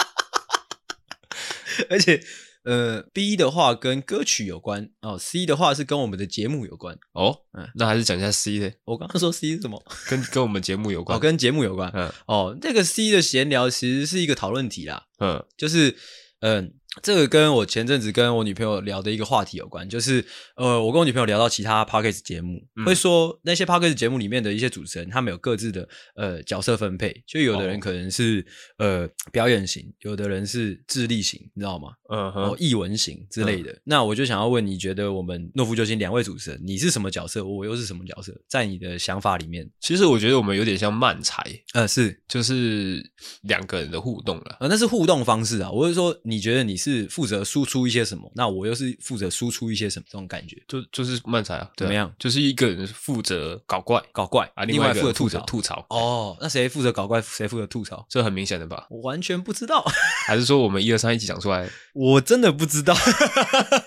[SPEAKER 1] 而且呃，B 的话跟歌曲有关哦，C 的话是跟我们的节目有关。
[SPEAKER 2] 哦
[SPEAKER 1] 嗯，
[SPEAKER 2] 那还是讲一下 C 的，
[SPEAKER 1] 我刚刚说 C 是什么？
[SPEAKER 2] 跟跟我们节目有关。
[SPEAKER 1] 哦，跟节目有关。
[SPEAKER 2] 嗯
[SPEAKER 1] 哦，这个 C 的闲聊其实是一个讨论题啦，
[SPEAKER 2] 嗯
[SPEAKER 1] 就是嗯，这个跟我前阵子跟我女朋友聊的一个话题有关，就是呃，我跟我女朋友聊到其他 podcast 节目，
[SPEAKER 2] 嗯
[SPEAKER 1] 会说那些 podcast 节目里面的一些主持人，他们有各自的呃角色分配，就有的人
[SPEAKER 2] 哦
[SPEAKER 1] 可能是、呃表演型，有的人是智力型，你知道吗？
[SPEAKER 2] 嗯
[SPEAKER 1] 哦
[SPEAKER 2] 哼，，
[SPEAKER 1] 译文型之类的。那我就想要问，你觉得我们诺夫救星两位主持人，你是什么角色？我又是什么角色？在你的想法里面，
[SPEAKER 2] 其实我觉得我们有点像漫才，
[SPEAKER 1] 呃，是
[SPEAKER 2] 就是两个人的互动了。
[SPEAKER 1] 呃，那是互动方式啊。我是说，你觉得你是负责输出一些什么，那我又是负责输出一些什么，这种感觉
[SPEAKER 2] 就就是漫才啊，
[SPEAKER 1] 怎
[SPEAKER 2] 对啊
[SPEAKER 1] 么样
[SPEAKER 2] 就是一个人负责搞怪
[SPEAKER 1] 搞怪
[SPEAKER 2] 啊，
[SPEAKER 1] 外
[SPEAKER 2] 一个
[SPEAKER 1] 负责
[SPEAKER 2] 人
[SPEAKER 1] 吐
[SPEAKER 2] 负责
[SPEAKER 1] 槽。
[SPEAKER 2] 吐槽，
[SPEAKER 1] 哦，那谁负责搞怪，谁负责吐槽？
[SPEAKER 2] 这很明显的吧？
[SPEAKER 1] 我完全不知道，
[SPEAKER 2] 还是说我们一二三一起讲出来？
[SPEAKER 1] 我真的不知道，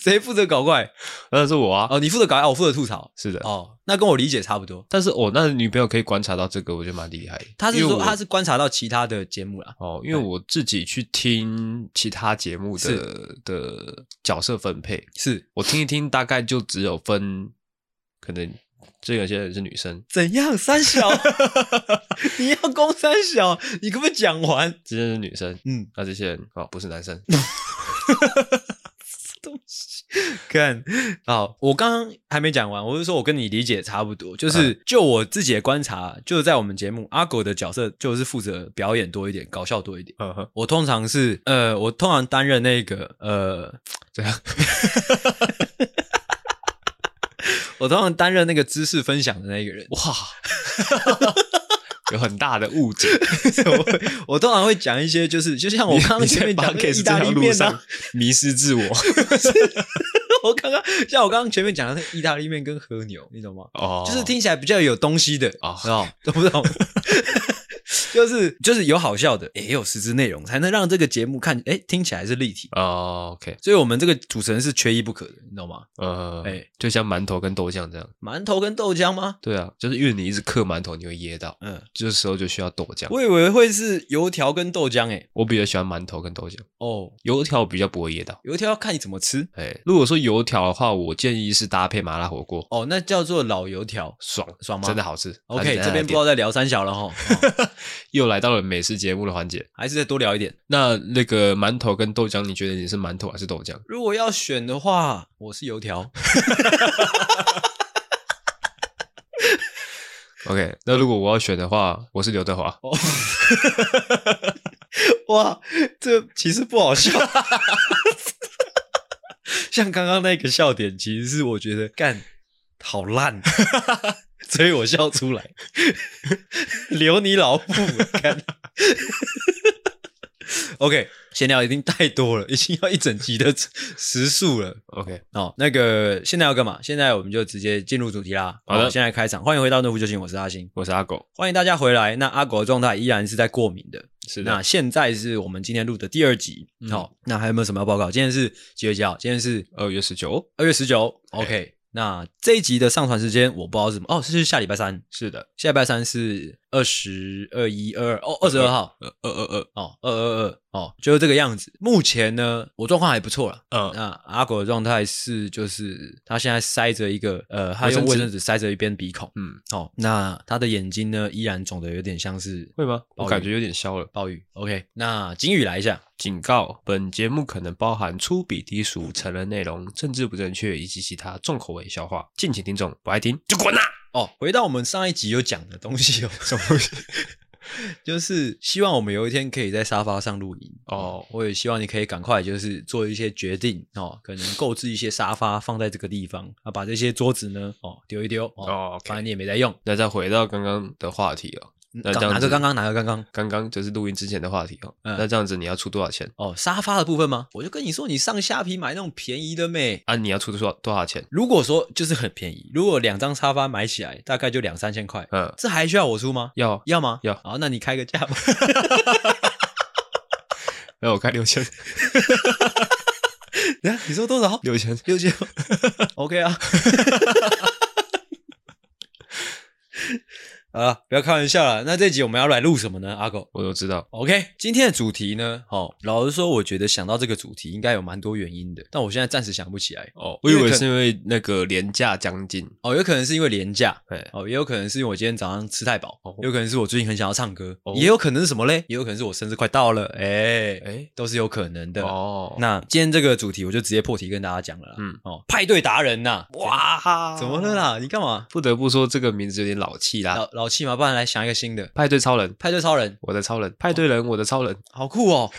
[SPEAKER 1] 谁负责搞怪？
[SPEAKER 2] 那是我啊，
[SPEAKER 1] 哦，你负责搞怪，我负责吐槽。
[SPEAKER 2] 是的。
[SPEAKER 1] 哦，那跟我理解差不多。
[SPEAKER 2] 但是哦，那女朋友可以观察到这个，我觉得蛮厉害的。
[SPEAKER 1] 他是
[SPEAKER 2] 因为
[SPEAKER 1] 说
[SPEAKER 2] 我
[SPEAKER 1] 他是哎观察到其他的节目啦，
[SPEAKER 2] 哦，因为我自己去听其他节目的的角色分配，
[SPEAKER 1] 是
[SPEAKER 2] 我听一听，大概就只有分，可能这有些人是女生，
[SPEAKER 1] 怎样三 小？你要攻三小，你可不可以讲完？
[SPEAKER 2] 这些人是女生，
[SPEAKER 1] 嗯，
[SPEAKER 2] 那这些人哦不是男生，
[SPEAKER 1] 东西。看，好，我刚刚还没讲完，我是说我跟你理解差不多，
[SPEAKER 2] 嗯
[SPEAKER 1] 就是就我自己的观察，就是在我们节目，阿狗的角色就是负责表演多一点，搞笑多一点。
[SPEAKER 2] 嗯哼，
[SPEAKER 1] 我通常是呃，我通常担任那个呃，
[SPEAKER 2] 怎样？
[SPEAKER 1] 我通常担任那个知识分享的那个人。
[SPEAKER 2] 哇， 有很大的误解。
[SPEAKER 1] 我我通常会讲一些，就是就像我刚刚
[SPEAKER 2] 你
[SPEAKER 1] 前
[SPEAKER 2] 在
[SPEAKER 1] 面讲的
[SPEAKER 2] podcast
[SPEAKER 1] 意
[SPEAKER 2] 这
[SPEAKER 1] 大
[SPEAKER 2] 条
[SPEAKER 1] 利
[SPEAKER 2] 路
[SPEAKER 1] 面啊
[SPEAKER 2] 上， 迷失自 我。
[SPEAKER 1] 我刚刚像我刚刚前面讲的那个意大利面跟和牛，你懂吗？
[SPEAKER 2] 哦，
[SPEAKER 1] 就是听起来比较有东西的
[SPEAKER 2] 哦
[SPEAKER 1] 知道 懂不懂？就是就是有好笑的，也有实质内容，才能让这个节目看，哎，听起来是立体。
[SPEAKER 2] 哦，OK，
[SPEAKER 1] 所以我们这个主持人是缺一不可的，你懂吗？
[SPEAKER 2] 呃，
[SPEAKER 1] 哎
[SPEAKER 2] 就像馒头跟豆浆这样。
[SPEAKER 1] 馒头跟豆浆吗？
[SPEAKER 2] 对啊，就是因为你一直嗑馒头，你会噎到，
[SPEAKER 1] 嗯，
[SPEAKER 2] 这时候就需要豆浆。我
[SPEAKER 1] 我以为会是油条跟豆浆，哎，
[SPEAKER 2] 比较喜欢馒头跟豆浆，
[SPEAKER 1] 哦，
[SPEAKER 2] 油条我比较不会噎到。
[SPEAKER 1] 油条要看你怎么吃，
[SPEAKER 2] 哎，如果说油条的话，我建议是搭配麻辣火锅，
[SPEAKER 1] 哦，那叫做老油条。
[SPEAKER 2] 爽
[SPEAKER 1] 爽吗
[SPEAKER 2] 真的好吃。还
[SPEAKER 1] OK，
[SPEAKER 2] 是在
[SPEAKER 1] 这边
[SPEAKER 2] 那
[SPEAKER 1] 不知道在聊三小了哈、哦
[SPEAKER 2] 又来到了美食节目的环节。
[SPEAKER 1] 还是再多聊一点。
[SPEAKER 2] 那那个馒头跟豆浆，你觉得你是馒头还是豆浆？
[SPEAKER 1] 如果要选的话，我是油条。
[SPEAKER 2] OK，那如果我要选的话，我是刘德华。
[SPEAKER 1] 哦，哇，这其实不好笑。 像刚刚那个笑点，其实是我觉得干好烂，啊 所以我笑出来，留你老母干。OK，闲聊已经太多了，已经要一整集的时数了。
[SPEAKER 2] OK，
[SPEAKER 1] 哦，那个现在要干嘛？现在我们就直接进入主题啦。哦
[SPEAKER 2] 好的
[SPEAKER 1] 现在开场，欢迎回到《诺夫救星》，我是阿星，
[SPEAKER 2] 我是阿狗。
[SPEAKER 1] 欢迎大家回来。那阿狗的状态依然是在过敏的。
[SPEAKER 2] 是
[SPEAKER 1] 那
[SPEAKER 2] 的，
[SPEAKER 1] 现在是我们今天录的第二集。
[SPEAKER 2] 嗯
[SPEAKER 1] 好、那还有没有什么要报告？今天是几月几号？今天是
[SPEAKER 2] 二月十九。
[SPEAKER 1] 二月十九。OK，那
[SPEAKER 2] 哎
[SPEAKER 1] 这一集的上传时间我不知道是什么哦，是下礼拜三。
[SPEAKER 2] 是的，
[SPEAKER 1] 下礼拜三是二十二一二二哦，二十二号
[SPEAKER 2] 呃呃呃
[SPEAKER 1] 哦，二二二哦，就是这个样子。目前呢，我状况还不错啦。
[SPEAKER 2] 呃，嗯，
[SPEAKER 1] 那阿狗的状态是，就是他现在塞着一个呃，他用卫
[SPEAKER 2] 卫生
[SPEAKER 1] 生纸塞着一边鼻孔。
[SPEAKER 2] 嗯，
[SPEAKER 1] 哦，那他的眼睛呢，依然肿的有点像是
[SPEAKER 2] 会吗？
[SPEAKER 1] 暴
[SPEAKER 2] 我
[SPEAKER 1] 雨
[SPEAKER 2] 感觉有点消了。
[SPEAKER 1] 暴雨。OK，那金宇来一下。
[SPEAKER 2] 警告：本节目可能包含粗鄙、低俗、成人内容、政治不正确以及其他重口味笑话，敬请听众不爱听就滚啦、啊
[SPEAKER 1] 哦，回到我们上一集有讲的东西哦，什么东西？ 就是希望我们有一天可以在沙发上录音
[SPEAKER 2] 哦
[SPEAKER 1] 我也希望你可以赶快就是做一些决定哦，可能购置一些沙发放在这个地方啊，把这些桌子呢哦丢一丢哦，
[SPEAKER 2] 哦
[SPEAKER 1] 反正
[SPEAKER 2] ，OK。
[SPEAKER 1] 你也没在用。
[SPEAKER 2] 那再回到刚刚的话题哦，那这样
[SPEAKER 1] 哪个
[SPEAKER 2] 子
[SPEAKER 1] 刚刚哪个刚刚？
[SPEAKER 2] 刚刚就是录音之前的话题哦。
[SPEAKER 1] 嗯
[SPEAKER 2] 那这样子你要出多少钱
[SPEAKER 1] 哦，沙发的部分吗？我就跟你说，你上虾皮买那种便宜的妹。
[SPEAKER 2] 啊？你要出多少多少钱？
[SPEAKER 1] 如果说就是很便宜，如果两张沙发买起来大概就两三千块，
[SPEAKER 2] 嗯，
[SPEAKER 1] 这还需要我出吗？
[SPEAKER 2] 要
[SPEAKER 1] 要吗？
[SPEAKER 2] 要
[SPEAKER 1] 好，那你开个价 吧。
[SPEAKER 2] 那我开六 千，
[SPEAKER 1] 等一下你说多少？
[SPEAKER 2] 六千
[SPEAKER 1] 六千，OK 啊。啊，不要开玩笑了。那这集我们要来录什么呢？阿狗
[SPEAKER 2] 我都知道。
[SPEAKER 1] ，OK，今天的主题呢？哦，老实说，我觉得想到这个主题应该有蛮多原因的，但我现在暂时想不起来。
[SPEAKER 2] 哦，我以
[SPEAKER 1] 因为
[SPEAKER 2] 为
[SPEAKER 1] 可
[SPEAKER 2] 是因为那个廉价将近，
[SPEAKER 1] 哦，有可能是因为廉价，
[SPEAKER 2] 哎，
[SPEAKER 1] 哦，也有可能是因为我今天早上吃太饱，
[SPEAKER 2] 哦
[SPEAKER 1] 有可能是我最近很想要唱歌，
[SPEAKER 2] 哦
[SPEAKER 1] 也有可能是什么嘞？也有可能是我生日快到了，哎、
[SPEAKER 2] 哎，
[SPEAKER 1] 都是有可能的。
[SPEAKER 2] 哦，
[SPEAKER 1] 那今天这个主题我就直接破题跟大家讲了啦，
[SPEAKER 2] 嗯
[SPEAKER 1] 哦，派对达人呐、
[SPEAKER 2] 哇哈
[SPEAKER 1] 怎么了？啦？你干嘛？
[SPEAKER 2] 不得不说这个名字有点老气啦。
[SPEAKER 1] 老老气嘛，不然来想一个新的
[SPEAKER 2] 派对超人，
[SPEAKER 1] 派对超人，
[SPEAKER 2] 我的超人，派对人，我的超人。
[SPEAKER 1] 好酷哦！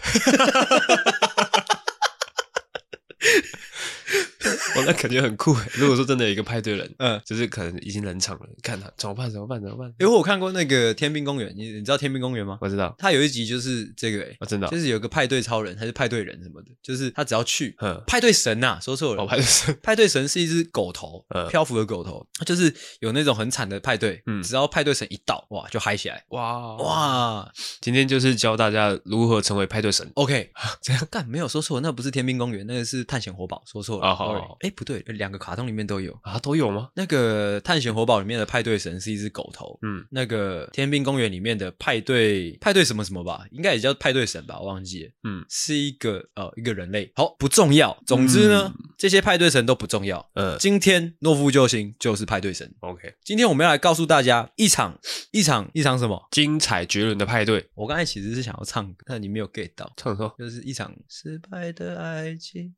[SPEAKER 2] 哇，那感觉很酷诶。欸如果说真的有一个派对人，
[SPEAKER 1] 嗯，
[SPEAKER 2] 就是可能已经冷场了，看他怎么办？怎么办？怎么办？
[SPEAKER 1] 因为我看过那个《天兵公园》，你你知道《天兵公园》吗？
[SPEAKER 2] 我知道，
[SPEAKER 1] 它有一集就是这个、欸，
[SPEAKER 2] 我真的
[SPEAKER 1] 就，是有个派对超人还是派对人什么的，就是他只要去
[SPEAKER 2] 嗯，哦
[SPEAKER 1] 派对神呐、说错了，
[SPEAKER 2] 我派对是
[SPEAKER 1] 派对神是一只狗头，
[SPEAKER 2] 嗯
[SPEAKER 1] 漂浮的狗头，就是有那种很惨的派对，
[SPEAKER 2] 嗯
[SPEAKER 1] 只要派对神一到，哇，就嗨起来，
[SPEAKER 2] 哇哇！
[SPEAKER 1] 哇
[SPEAKER 2] 今天就是教大家如何成为派对神。
[SPEAKER 1] ，OK，这 样干没有说错，那不是天兵公园，那个是探险活宝，说错了，
[SPEAKER 2] 哦好好好
[SPEAKER 1] 哎，不对，两个卡通里面都有，
[SPEAKER 2] 啊，都有吗？
[SPEAKER 1] 那个探险活宝里面的派对神是一只狗头。
[SPEAKER 2] 嗯，
[SPEAKER 1] 那个天兵公园里面的派对派对什么什么吧，应该也叫派对神吧，我忘记了，
[SPEAKER 2] 嗯
[SPEAKER 1] 是一个呃一个人类，好不重要。总之呢，这些派对神都不重要。
[SPEAKER 2] 呃
[SPEAKER 1] 今天诺夫救星就是派对神，
[SPEAKER 2] ，OK，
[SPEAKER 1] 今天我们要来告诉大家一场一场一场什么？
[SPEAKER 2] 精彩绝伦的派对。
[SPEAKER 1] 我刚才其实是想要唱歌，但你没有 get 到，
[SPEAKER 2] 唱说
[SPEAKER 1] 就是一场失败的爱情。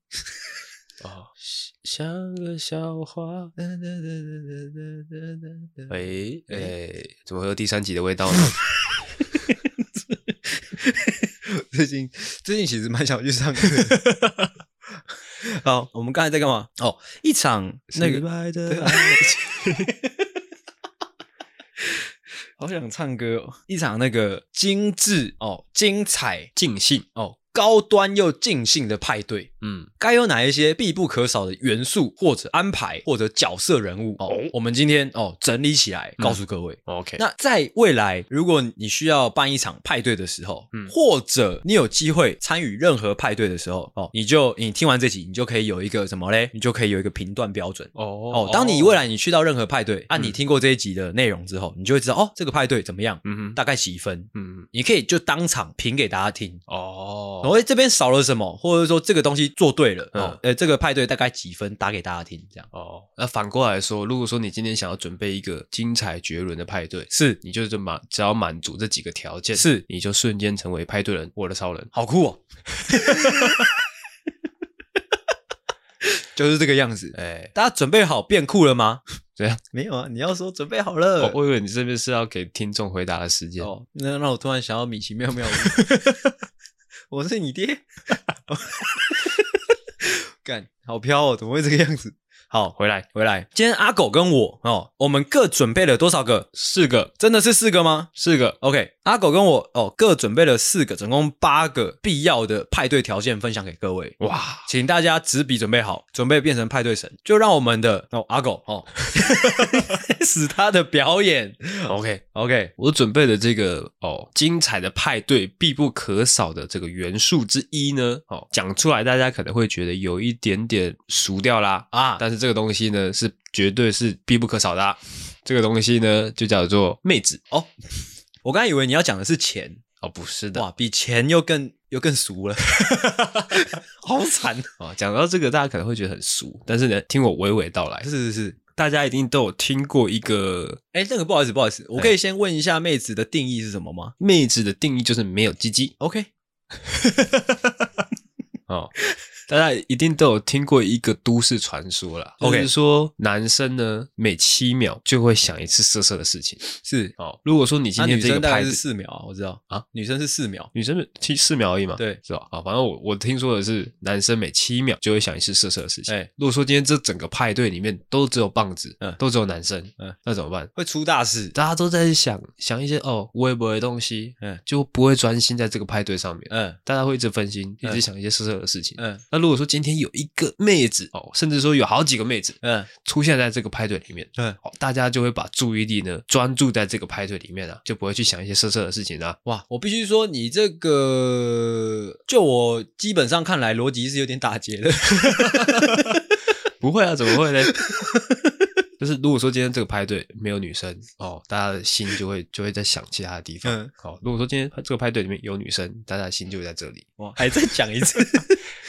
[SPEAKER 2] 哦，像个笑话。哎哎，怎么会有第三集的味道呢？
[SPEAKER 1] 最近最近其实蛮想去上课的。好，我们刚才在干嘛？哦，一场 那
[SPEAKER 2] 失
[SPEAKER 1] 个，
[SPEAKER 2] 败
[SPEAKER 1] 对
[SPEAKER 2] 的
[SPEAKER 1] 啊好想唱歌哦！一场那个精致哦、精彩
[SPEAKER 2] 尽兴。
[SPEAKER 1] 哦、高端又尽兴的派对，
[SPEAKER 2] 嗯，
[SPEAKER 1] 该有哪一些必不可少的元素或者安排或者角色人物哦？我们今天哦整理起来
[SPEAKER 2] 嗯
[SPEAKER 1] 告诉各位。
[SPEAKER 2] OK，
[SPEAKER 1] 那在未来，如果你需要办一场派对的时候，
[SPEAKER 2] 嗯
[SPEAKER 1] 或者你有机会参与任何派对的时候，哦，你就你听完这集，你就可以有一个什么嘞？你就可以有一个评断标准。
[SPEAKER 2] 哦
[SPEAKER 1] 哦，当你未
[SPEAKER 2] 来，
[SPEAKER 1] 来你去到任何派对，啊，
[SPEAKER 2] 嗯
[SPEAKER 1] 你听过这一集的内容之后，你就会知道哦，这个派对怎么样，
[SPEAKER 2] 嗯哼
[SPEAKER 1] 大概几分，
[SPEAKER 2] 嗯，
[SPEAKER 1] 你可以就当场评给大家听。
[SPEAKER 2] 哦，
[SPEAKER 1] 然后这边少了什么，或者说这个东西做对了，
[SPEAKER 2] 嗯
[SPEAKER 1] 哦，呃，这个派对大概几分，打给大家听，这样
[SPEAKER 2] 哦，那反过来说，如果说你今天想要准备一个精彩绝伦的派对，
[SPEAKER 1] 是
[SPEAKER 2] 你就是满只要满足这几个条件，
[SPEAKER 1] 是
[SPEAKER 2] 你就瞬间成为派对人，我的超人。
[SPEAKER 1] 好 酷哦，就是这个样子。
[SPEAKER 2] 哎，
[SPEAKER 1] 大家准备好变酷了吗？
[SPEAKER 2] 怎样？
[SPEAKER 1] 没有啊，你要说准备好了
[SPEAKER 2] 哦，我以为你这边是要给听众回答的时间。
[SPEAKER 1] 哦，那让我突然想到米奇妙 妙屋，我是你爹， 干，好飘哦，怎么会这个样子？好，
[SPEAKER 2] 回来
[SPEAKER 1] 回来，今天阿狗跟我哦，我们各准备了多少个？
[SPEAKER 2] 四个，
[SPEAKER 1] 真的是四个吗
[SPEAKER 2] 四个，
[SPEAKER 1] ？OK，阿狗跟我哦，各准备了四个，总共八个必要的派对条件分享给各位。
[SPEAKER 2] 哇，
[SPEAKER 1] 请大家纸笔准备好，准备变成派对神，就让我们的哦阿狗哦， 使他的表演
[SPEAKER 2] OK，
[SPEAKER 1] OK
[SPEAKER 2] 我准备的这个哦，精彩的派对必不可少的这个元素之一呢，哦，讲出来大家可能会觉得有一点点俗掉啦，
[SPEAKER 1] 啊，
[SPEAKER 2] 但是这个东西呢是绝对是必不可少的啊、这个东西呢就叫做妹子
[SPEAKER 1] 我刚才以为你要讲的是钱，
[SPEAKER 2] 哦，不是的
[SPEAKER 1] 哇，比钱又更又更俗了， 好惨！
[SPEAKER 2] 哦。讲到这个，大家可能会觉得很俗，但是呢，听我娓娓道来，
[SPEAKER 1] 是是是，
[SPEAKER 2] 大家一定都有听过一个
[SPEAKER 1] 哎，那个不好意思，不好意思，我可以先问一下妹子的定义是什么吗
[SPEAKER 2] 妹子的定义就是没有鸡鸡
[SPEAKER 1] ？OK，
[SPEAKER 2] 哦。大家一定都有听过一个都市传说啦，就
[SPEAKER 1] OK
[SPEAKER 2] 是说男生呢每七秒就会想一次色色的事情
[SPEAKER 1] 是，
[SPEAKER 2] 哦。如果说你今
[SPEAKER 1] 那
[SPEAKER 2] 天
[SPEAKER 1] 啊女
[SPEAKER 2] 这个
[SPEAKER 1] 生大
[SPEAKER 2] 派
[SPEAKER 1] 概
[SPEAKER 2] 对
[SPEAKER 1] 是，四秒啊，我知道
[SPEAKER 2] 啊，
[SPEAKER 1] 女生是四秒，
[SPEAKER 2] 女生七四秒而已嘛，
[SPEAKER 1] 对
[SPEAKER 2] 是吧？啊，反正我我听说的是，男生每七秒就会想一次色色的事情。
[SPEAKER 1] 哎
[SPEAKER 2] 如果说今天这整个派对里面都只有棒子，
[SPEAKER 1] 嗯
[SPEAKER 2] 都只有男生，
[SPEAKER 1] 嗯
[SPEAKER 2] 那怎么办？
[SPEAKER 1] 会出大事。
[SPEAKER 2] 大家都在想想一些哦微博的东西，
[SPEAKER 1] 嗯
[SPEAKER 2] 就不会专心在这个派对上面，
[SPEAKER 1] 嗯
[SPEAKER 2] 大家会一直分心，一
[SPEAKER 1] 嗯
[SPEAKER 2] 直想一些色色的事情。
[SPEAKER 1] 嗯
[SPEAKER 2] 那如果说今天有一个妹子哦，甚至说有好几个妹子
[SPEAKER 1] 嗯
[SPEAKER 2] 出现在这个派对里面，
[SPEAKER 1] 嗯，
[SPEAKER 2] 哦，大家就会把注意力呢专注在这个派对里面啊，就不会去想一些色色的事情啊。
[SPEAKER 1] 哇，我必须说，你这个就我基本上看来，逻辑是有点打 结的。
[SPEAKER 2] 不会啊，怎么会呢？ 就是如果说今天这个派对没有女生哦，大家的心就会就会在想其他的地方。
[SPEAKER 1] 嗯
[SPEAKER 2] 哦，如果说今天这个派对里面有女生，大家的心就会在这里。
[SPEAKER 1] 哇，还再讲一 次。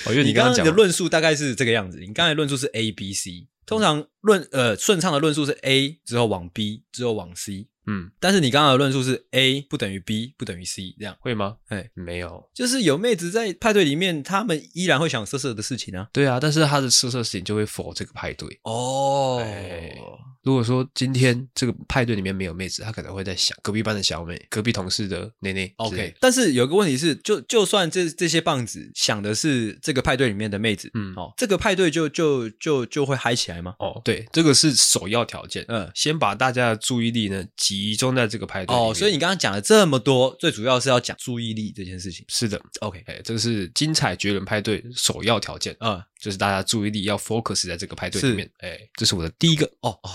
[SPEAKER 2] 哦，因为
[SPEAKER 1] 你刚
[SPEAKER 2] 刚刚
[SPEAKER 1] 刚
[SPEAKER 2] 讲
[SPEAKER 1] 的论述大概是这个样子，你刚才论述是 A、B、C，通常论呃顺畅的论述是 A 之后往 B 之后往 C，
[SPEAKER 2] 嗯，
[SPEAKER 1] 但是你刚刚的论述是 A 不等于 B 不等于 C 这样，
[SPEAKER 2] 会吗？
[SPEAKER 1] 哎，
[SPEAKER 2] 没有。
[SPEAKER 1] 就是有妹子在派对里面，她们依然会想色色的事情啊。
[SPEAKER 2] 对啊，但是他的色色事情就会否这个派对。
[SPEAKER 1] 哦
[SPEAKER 2] 哎如果说今天这个派对里面没有妹子，他可能会在想隔壁班的小美、隔壁同事的内内之类
[SPEAKER 1] OK，
[SPEAKER 2] 的。
[SPEAKER 1] 但是有个问题是，就就算这这些棒子想的是这个派对里面的妹子，
[SPEAKER 2] 嗯
[SPEAKER 1] 哦，这个派对就就就就会嗨起来吗？
[SPEAKER 2] 哦，对，这个是首要条件。
[SPEAKER 1] 嗯，
[SPEAKER 2] 先把大家的注意力呢集中在这个派对里
[SPEAKER 1] 哦，
[SPEAKER 2] 面
[SPEAKER 1] 所以你刚刚讲了这么多，最主要是要讲注意力这件事情。
[SPEAKER 2] 是的，
[SPEAKER 1] OK，
[SPEAKER 2] 哎，这个是精彩绝伦派对首要条件，啊
[SPEAKER 1] 嗯，
[SPEAKER 2] 就是大家注意力要 focus 在这个派对
[SPEAKER 1] 是
[SPEAKER 2] 里面。哎，这是我的第一个，
[SPEAKER 1] 哦 哦，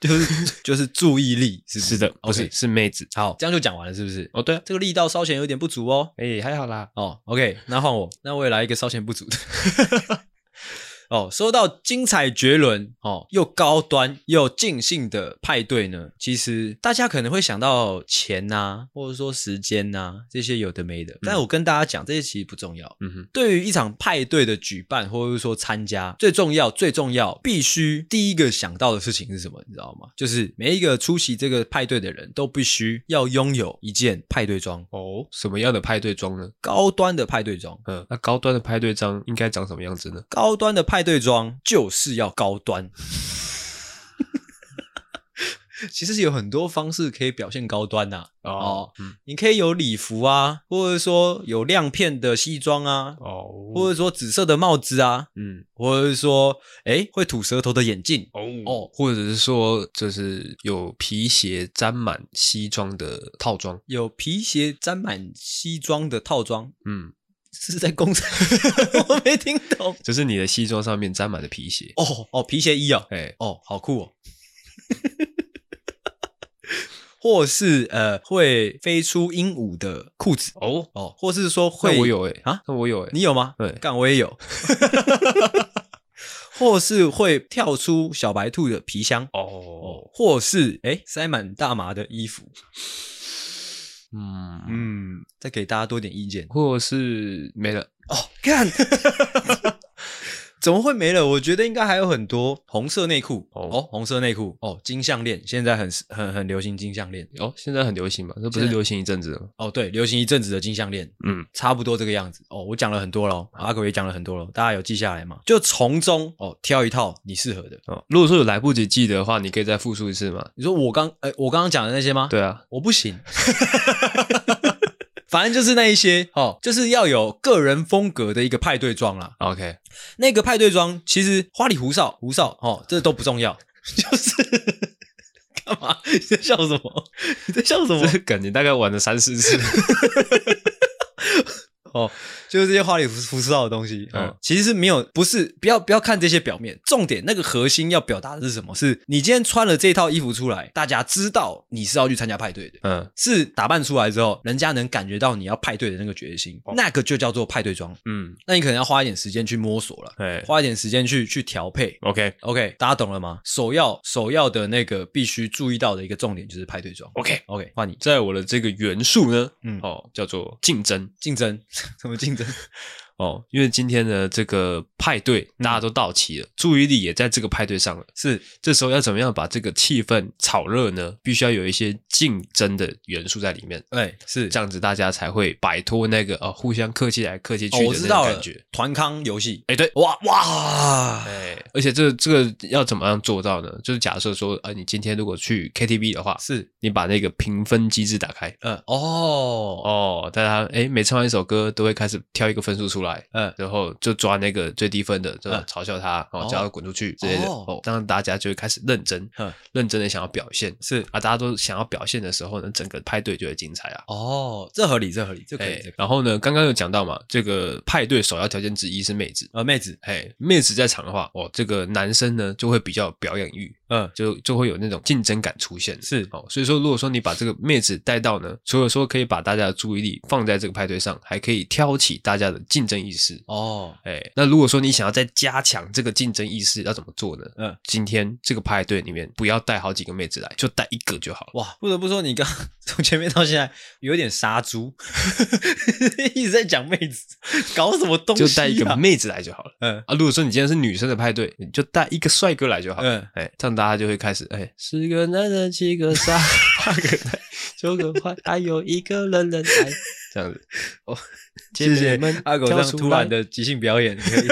[SPEAKER 1] 就是就是注意力，是不是
[SPEAKER 2] 是的，不是
[SPEAKER 1] OK，
[SPEAKER 2] 是妹子。
[SPEAKER 1] 好，这样就讲完了，是不是？
[SPEAKER 2] 哦，对啊，
[SPEAKER 1] 这个力道稍显有点不足哦。
[SPEAKER 2] 哎，还好啦。
[SPEAKER 1] 哦，OK，那换我，那我也来一个稍显不足的。哦，说到精彩绝伦哦，又高端又尽兴的派对呢，其实大家可能会想到钱呐、或者说时间呐、这些有的没的。但我跟大家讲，这些其实不重要。
[SPEAKER 2] 嗯哼，
[SPEAKER 1] 对于一场派对的举办，或者是说参加，最重要、最重要，必须第一个想到的事情是什么？你知道吗？就是每一个出席这个派对的人都必须要拥有一件派对装，
[SPEAKER 2] 哦，什么样的派对装呢？
[SPEAKER 1] 高端的派对装。
[SPEAKER 2] 嗯，那高端的派对装应该长什么样子呢？
[SPEAKER 1] 高端的派对装就是要高端。 其实有很多方式可以表现高端呐、啊
[SPEAKER 2] 哦，嗯
[SPEAKER 1] 你可以有礼服啊，或者说有亮片的西装啊，
[SPEAKER 2] 哦，
[SPEAKER 1] 或者说紫色的帽子啊，
[SPEAKER 2] 嗯
[SPEAKER 1] 或者是说诶会吐舌头的眼镜，
[SPEAKER 2] 哦
[SPEAKER 1] 哦
[SPEAKER 2] 哦，或者是说就是有皮鞋沾满西装的套装，
[SPEAKER 1] 有皮鞋沾满西装的套装，
[SPEAKER 2] 嗯，
[SPEAKER 1] 是在工厂， 我没听懂。
[SPEAKER 2] 就是你的西装上面沾满了皮鞋，
[SPEAKER 1] 哦哦，皮鞋衣哦，
[SPEAKER 2] 哎、
[SPEAKER 1] 哦，好酷哦。或是呃会飞出鹦鹉的裤子
[SPEAKER 2] 哦，
[SPEAKER 1] 哦，或是说会
[SPEAKER 2] 那我有哎、
[SPEAKER 1] 啊，
[SPEAKER 2] 那我有哎、
[SPEAKER 1] 你有吗？
[SPEAKER 2] 对
[SPEAKER 1] 干我也有。 或是会跳出小白兔的皮箱，
[SPEAKER 2] 哦，
[SPEAKER 1] 或是哎塞满大麻的衣服。
[SPEAKER 2] 嗯嗯，
[SPEAKER 1] 嗯，再给大家多点意见。
[SPEAKER 2] 或者是没了，
[SPEAKER 1] 哦，看， 怎么会没了？我觉得应该还有很多红色内裤
[SPEAKER 2] 哦
[SPEAKER 1] 哦红色内裤哦，金项链现在很很很流行金项链
[SPEAKER 2] 哦，现在很流行嘛，这不
[SPEAKER 1] 现
[SPEAKER 2] 是
[SPEAKER 1] 在
[SPEAKER 2] 流行一阵子了吗？
[SPEAKER 1] 哦，对，流行一阵子的金项链，
[SPEAKER 2] 嗯，
[SPEAKER 1] 差不多这个样子哦。我讲了很多喽，阿狗也讲了很多喽，大家有记下来吗？就从中哦挑一套你适合的。
[SPEAKER 2] 哦，如果说有来不及记得的话，你可以再复述一次嘛。
[SPEAKER 1] 你说我刚哎、我刚刚讲的那些吗？，
[SPEAKER 2] 对啊，
[SPEAKER 1] 我不行。 反正就是那一些哦，就是要有个人风格的一个派对装啦。
[SPEAKER 2] OK，
[SPEAKER 1] 那个派对装其实花里胡哨，胡哨哦，这都不重要， 就是干嘛？你在笑什么？ 你在笑什么
[SPEAKER 2] 这？ 个梗你大概玩了三四 次，
[SPEAKER 1] 哦，就是这些花里胡哨的东西。嗯
[SPEAKER 2] 嗯，
[SPEAKER 1] 其实是没有，不是不要不要看这些表面，重点那个核心要表达的是什么？是你今天穿了这套衣服出来，大家知道你是要去参加派对的。
[SPEAKER 2] 嗯
[SPEAKER 1] 是打扮出来之后，人家能感觉到你要派对的那个决心，
[SPEAKER 2] 哦
[SPEAKER 1] 那个就叫做派对装。
[SPEAKER 2] 嗯，
[SPEAKER 1] 那你可能要花一点时间去摸索了，
[SPEAKER 2] 哎
[SPEAKER 1] 花一点时间去去调配。
[SPEAKER 2] ，OK
[SPEAKER 1] OK，大家懂了吗？首要首要的那个必须注意到的一个重点就是派对装。
[SPEAKER 2] OK，
[SPEAKER 1] OK，换你
[SPEAKER 2] 在我的这个元素呢，
[SPEAKER 1] 嗯
[SPEAKER 2] 哦，叫做竞争
[SPEAKER 1] 竞争， 怎么竞 争？
[SPEAKER 2] 哦，因为今天呢这个派对
[SPEAKER 1] 嗯
[SPEAKER 2] 大家都到齐了，注意力也在这个派对上了，
[SPEAKER 1] 是
[SPEAKER 2] 这时候要怎么样把这个气氛炒热呢？必须要有一些竞争的元素在里面。
[SPEAKER 1] 哎、是
[SPEAKER 2] 这样子大家才会摆脱那个呃互相客气来客气去
[SPEAKER 1] 哦，我
[SPEAKER 2] 的
[SPEAKER 1] 知
[SPEAKER 2] 那
[SPEAKER 1] 道
[SPEAKER 2] 种
[SPEAKER 1] 了
[SPEAKER 2] 感觉。，
[SPEAKER 1] 团康游戏。
[SPEAKER 2] 哎、对，
[SPEAKER 1] 哇哇，
[SPEAKER 2] 哎，而且这这个要怎么样做到呢？就是假设说，呃，你今天如果去 KTV 的话，
[SPEAKER 1] 是
[SPEAKER 2] 你把那个评分机制打开，
[SPEAKER 1] 呃哦
[SPEAKER 2] 哦，大家哎每唱完一首歌都会开始挑一个分数出来，
[SPEAKER 1] 呃
[SPEAKER 2] 然后就抓那个最低分的，就
[SPEAKER 1] 嗯
[SPEAKER 2] 嘲笑他，
[SPEAKER 1] 哦
[SPEAKER 2] 哦，叫他滚出去之类的，
[SPEAKER 1] 哦
[SPEAKER 2] 哦，让大家就会开始认真
[SPEAKER 1] 嗯，
[SPEAKER 2] 认真的想要表现。
[SPEAKER 1] 是
[SPEAKER 2] 啊，大家都想要表现的时候呢，整个派对就会精彩啊。
[SPEAKER 1] 哦，这合理，这合理，这可以，
[SPEAKER 2] 哎
[SPEAKER 1] 这可以，
[SPEAKER 2] 然后呢，刚刚有讲到嘛，这个派对首要条件之一是妹子。
[SPEAKER 1] 呃，妹子，
[SPEAKER 2] 哎，妹子在场的话，哦，这个男生呢就会比较有表演欲，
[SPEAKER 1] 嗯
[SPEAKER 2] 就就会有那种竞争感出现。
[SPEAKER 1] 是
[SPEAKER 2] 哦，所以说，如果说你把这个妹子带到呢，除了说可以把大家的注意力放在这个派对上，还可以挑起大家的竞争意识。
[SPEAKER 1] 哦
[SPEAKER 2] 哎，那如果说你想要再加强这个竞争意识，要怎么做呢？
[SPEAKER 1] 嗯，
[SPEAKER 2] 今天这个派对里面不要带好几个妹子来，就带一个就好了。
[SPEAKER 1] 哇，不得不说你刚 从前面到现在有点杀猪，一直在讲妹子，搞什么东西、
[SPEAKER 2] 就
[SPEAKER 1] 啊？
[SPEAKER 2] 带一个妹子来就好了
[SPEAKER 1] 嗯
[SPEAKER 2] 啊！如果说你今天是女生的派对，你就带一个帅哥来就好了。
[SPEAKER 1] 嗯，
[SPEAKER 2] 哎，这样大家就会开始哎，十个男人七个傻，八个 男九个坏，还有一个人人爱，这样 子。
[SPEAKER 1] 哦，
[SPEAKER 2] 姐妹们
[SPEAKER 1] 阿狗这
[SPEAKER 2] 跳
[SPEAKER 1] 样
[SPEAKER 2] 出
[SPEAKER 1] 突然
[SPEAKER 2] 来
[SPEAKER 1] 的即兴表演，可 以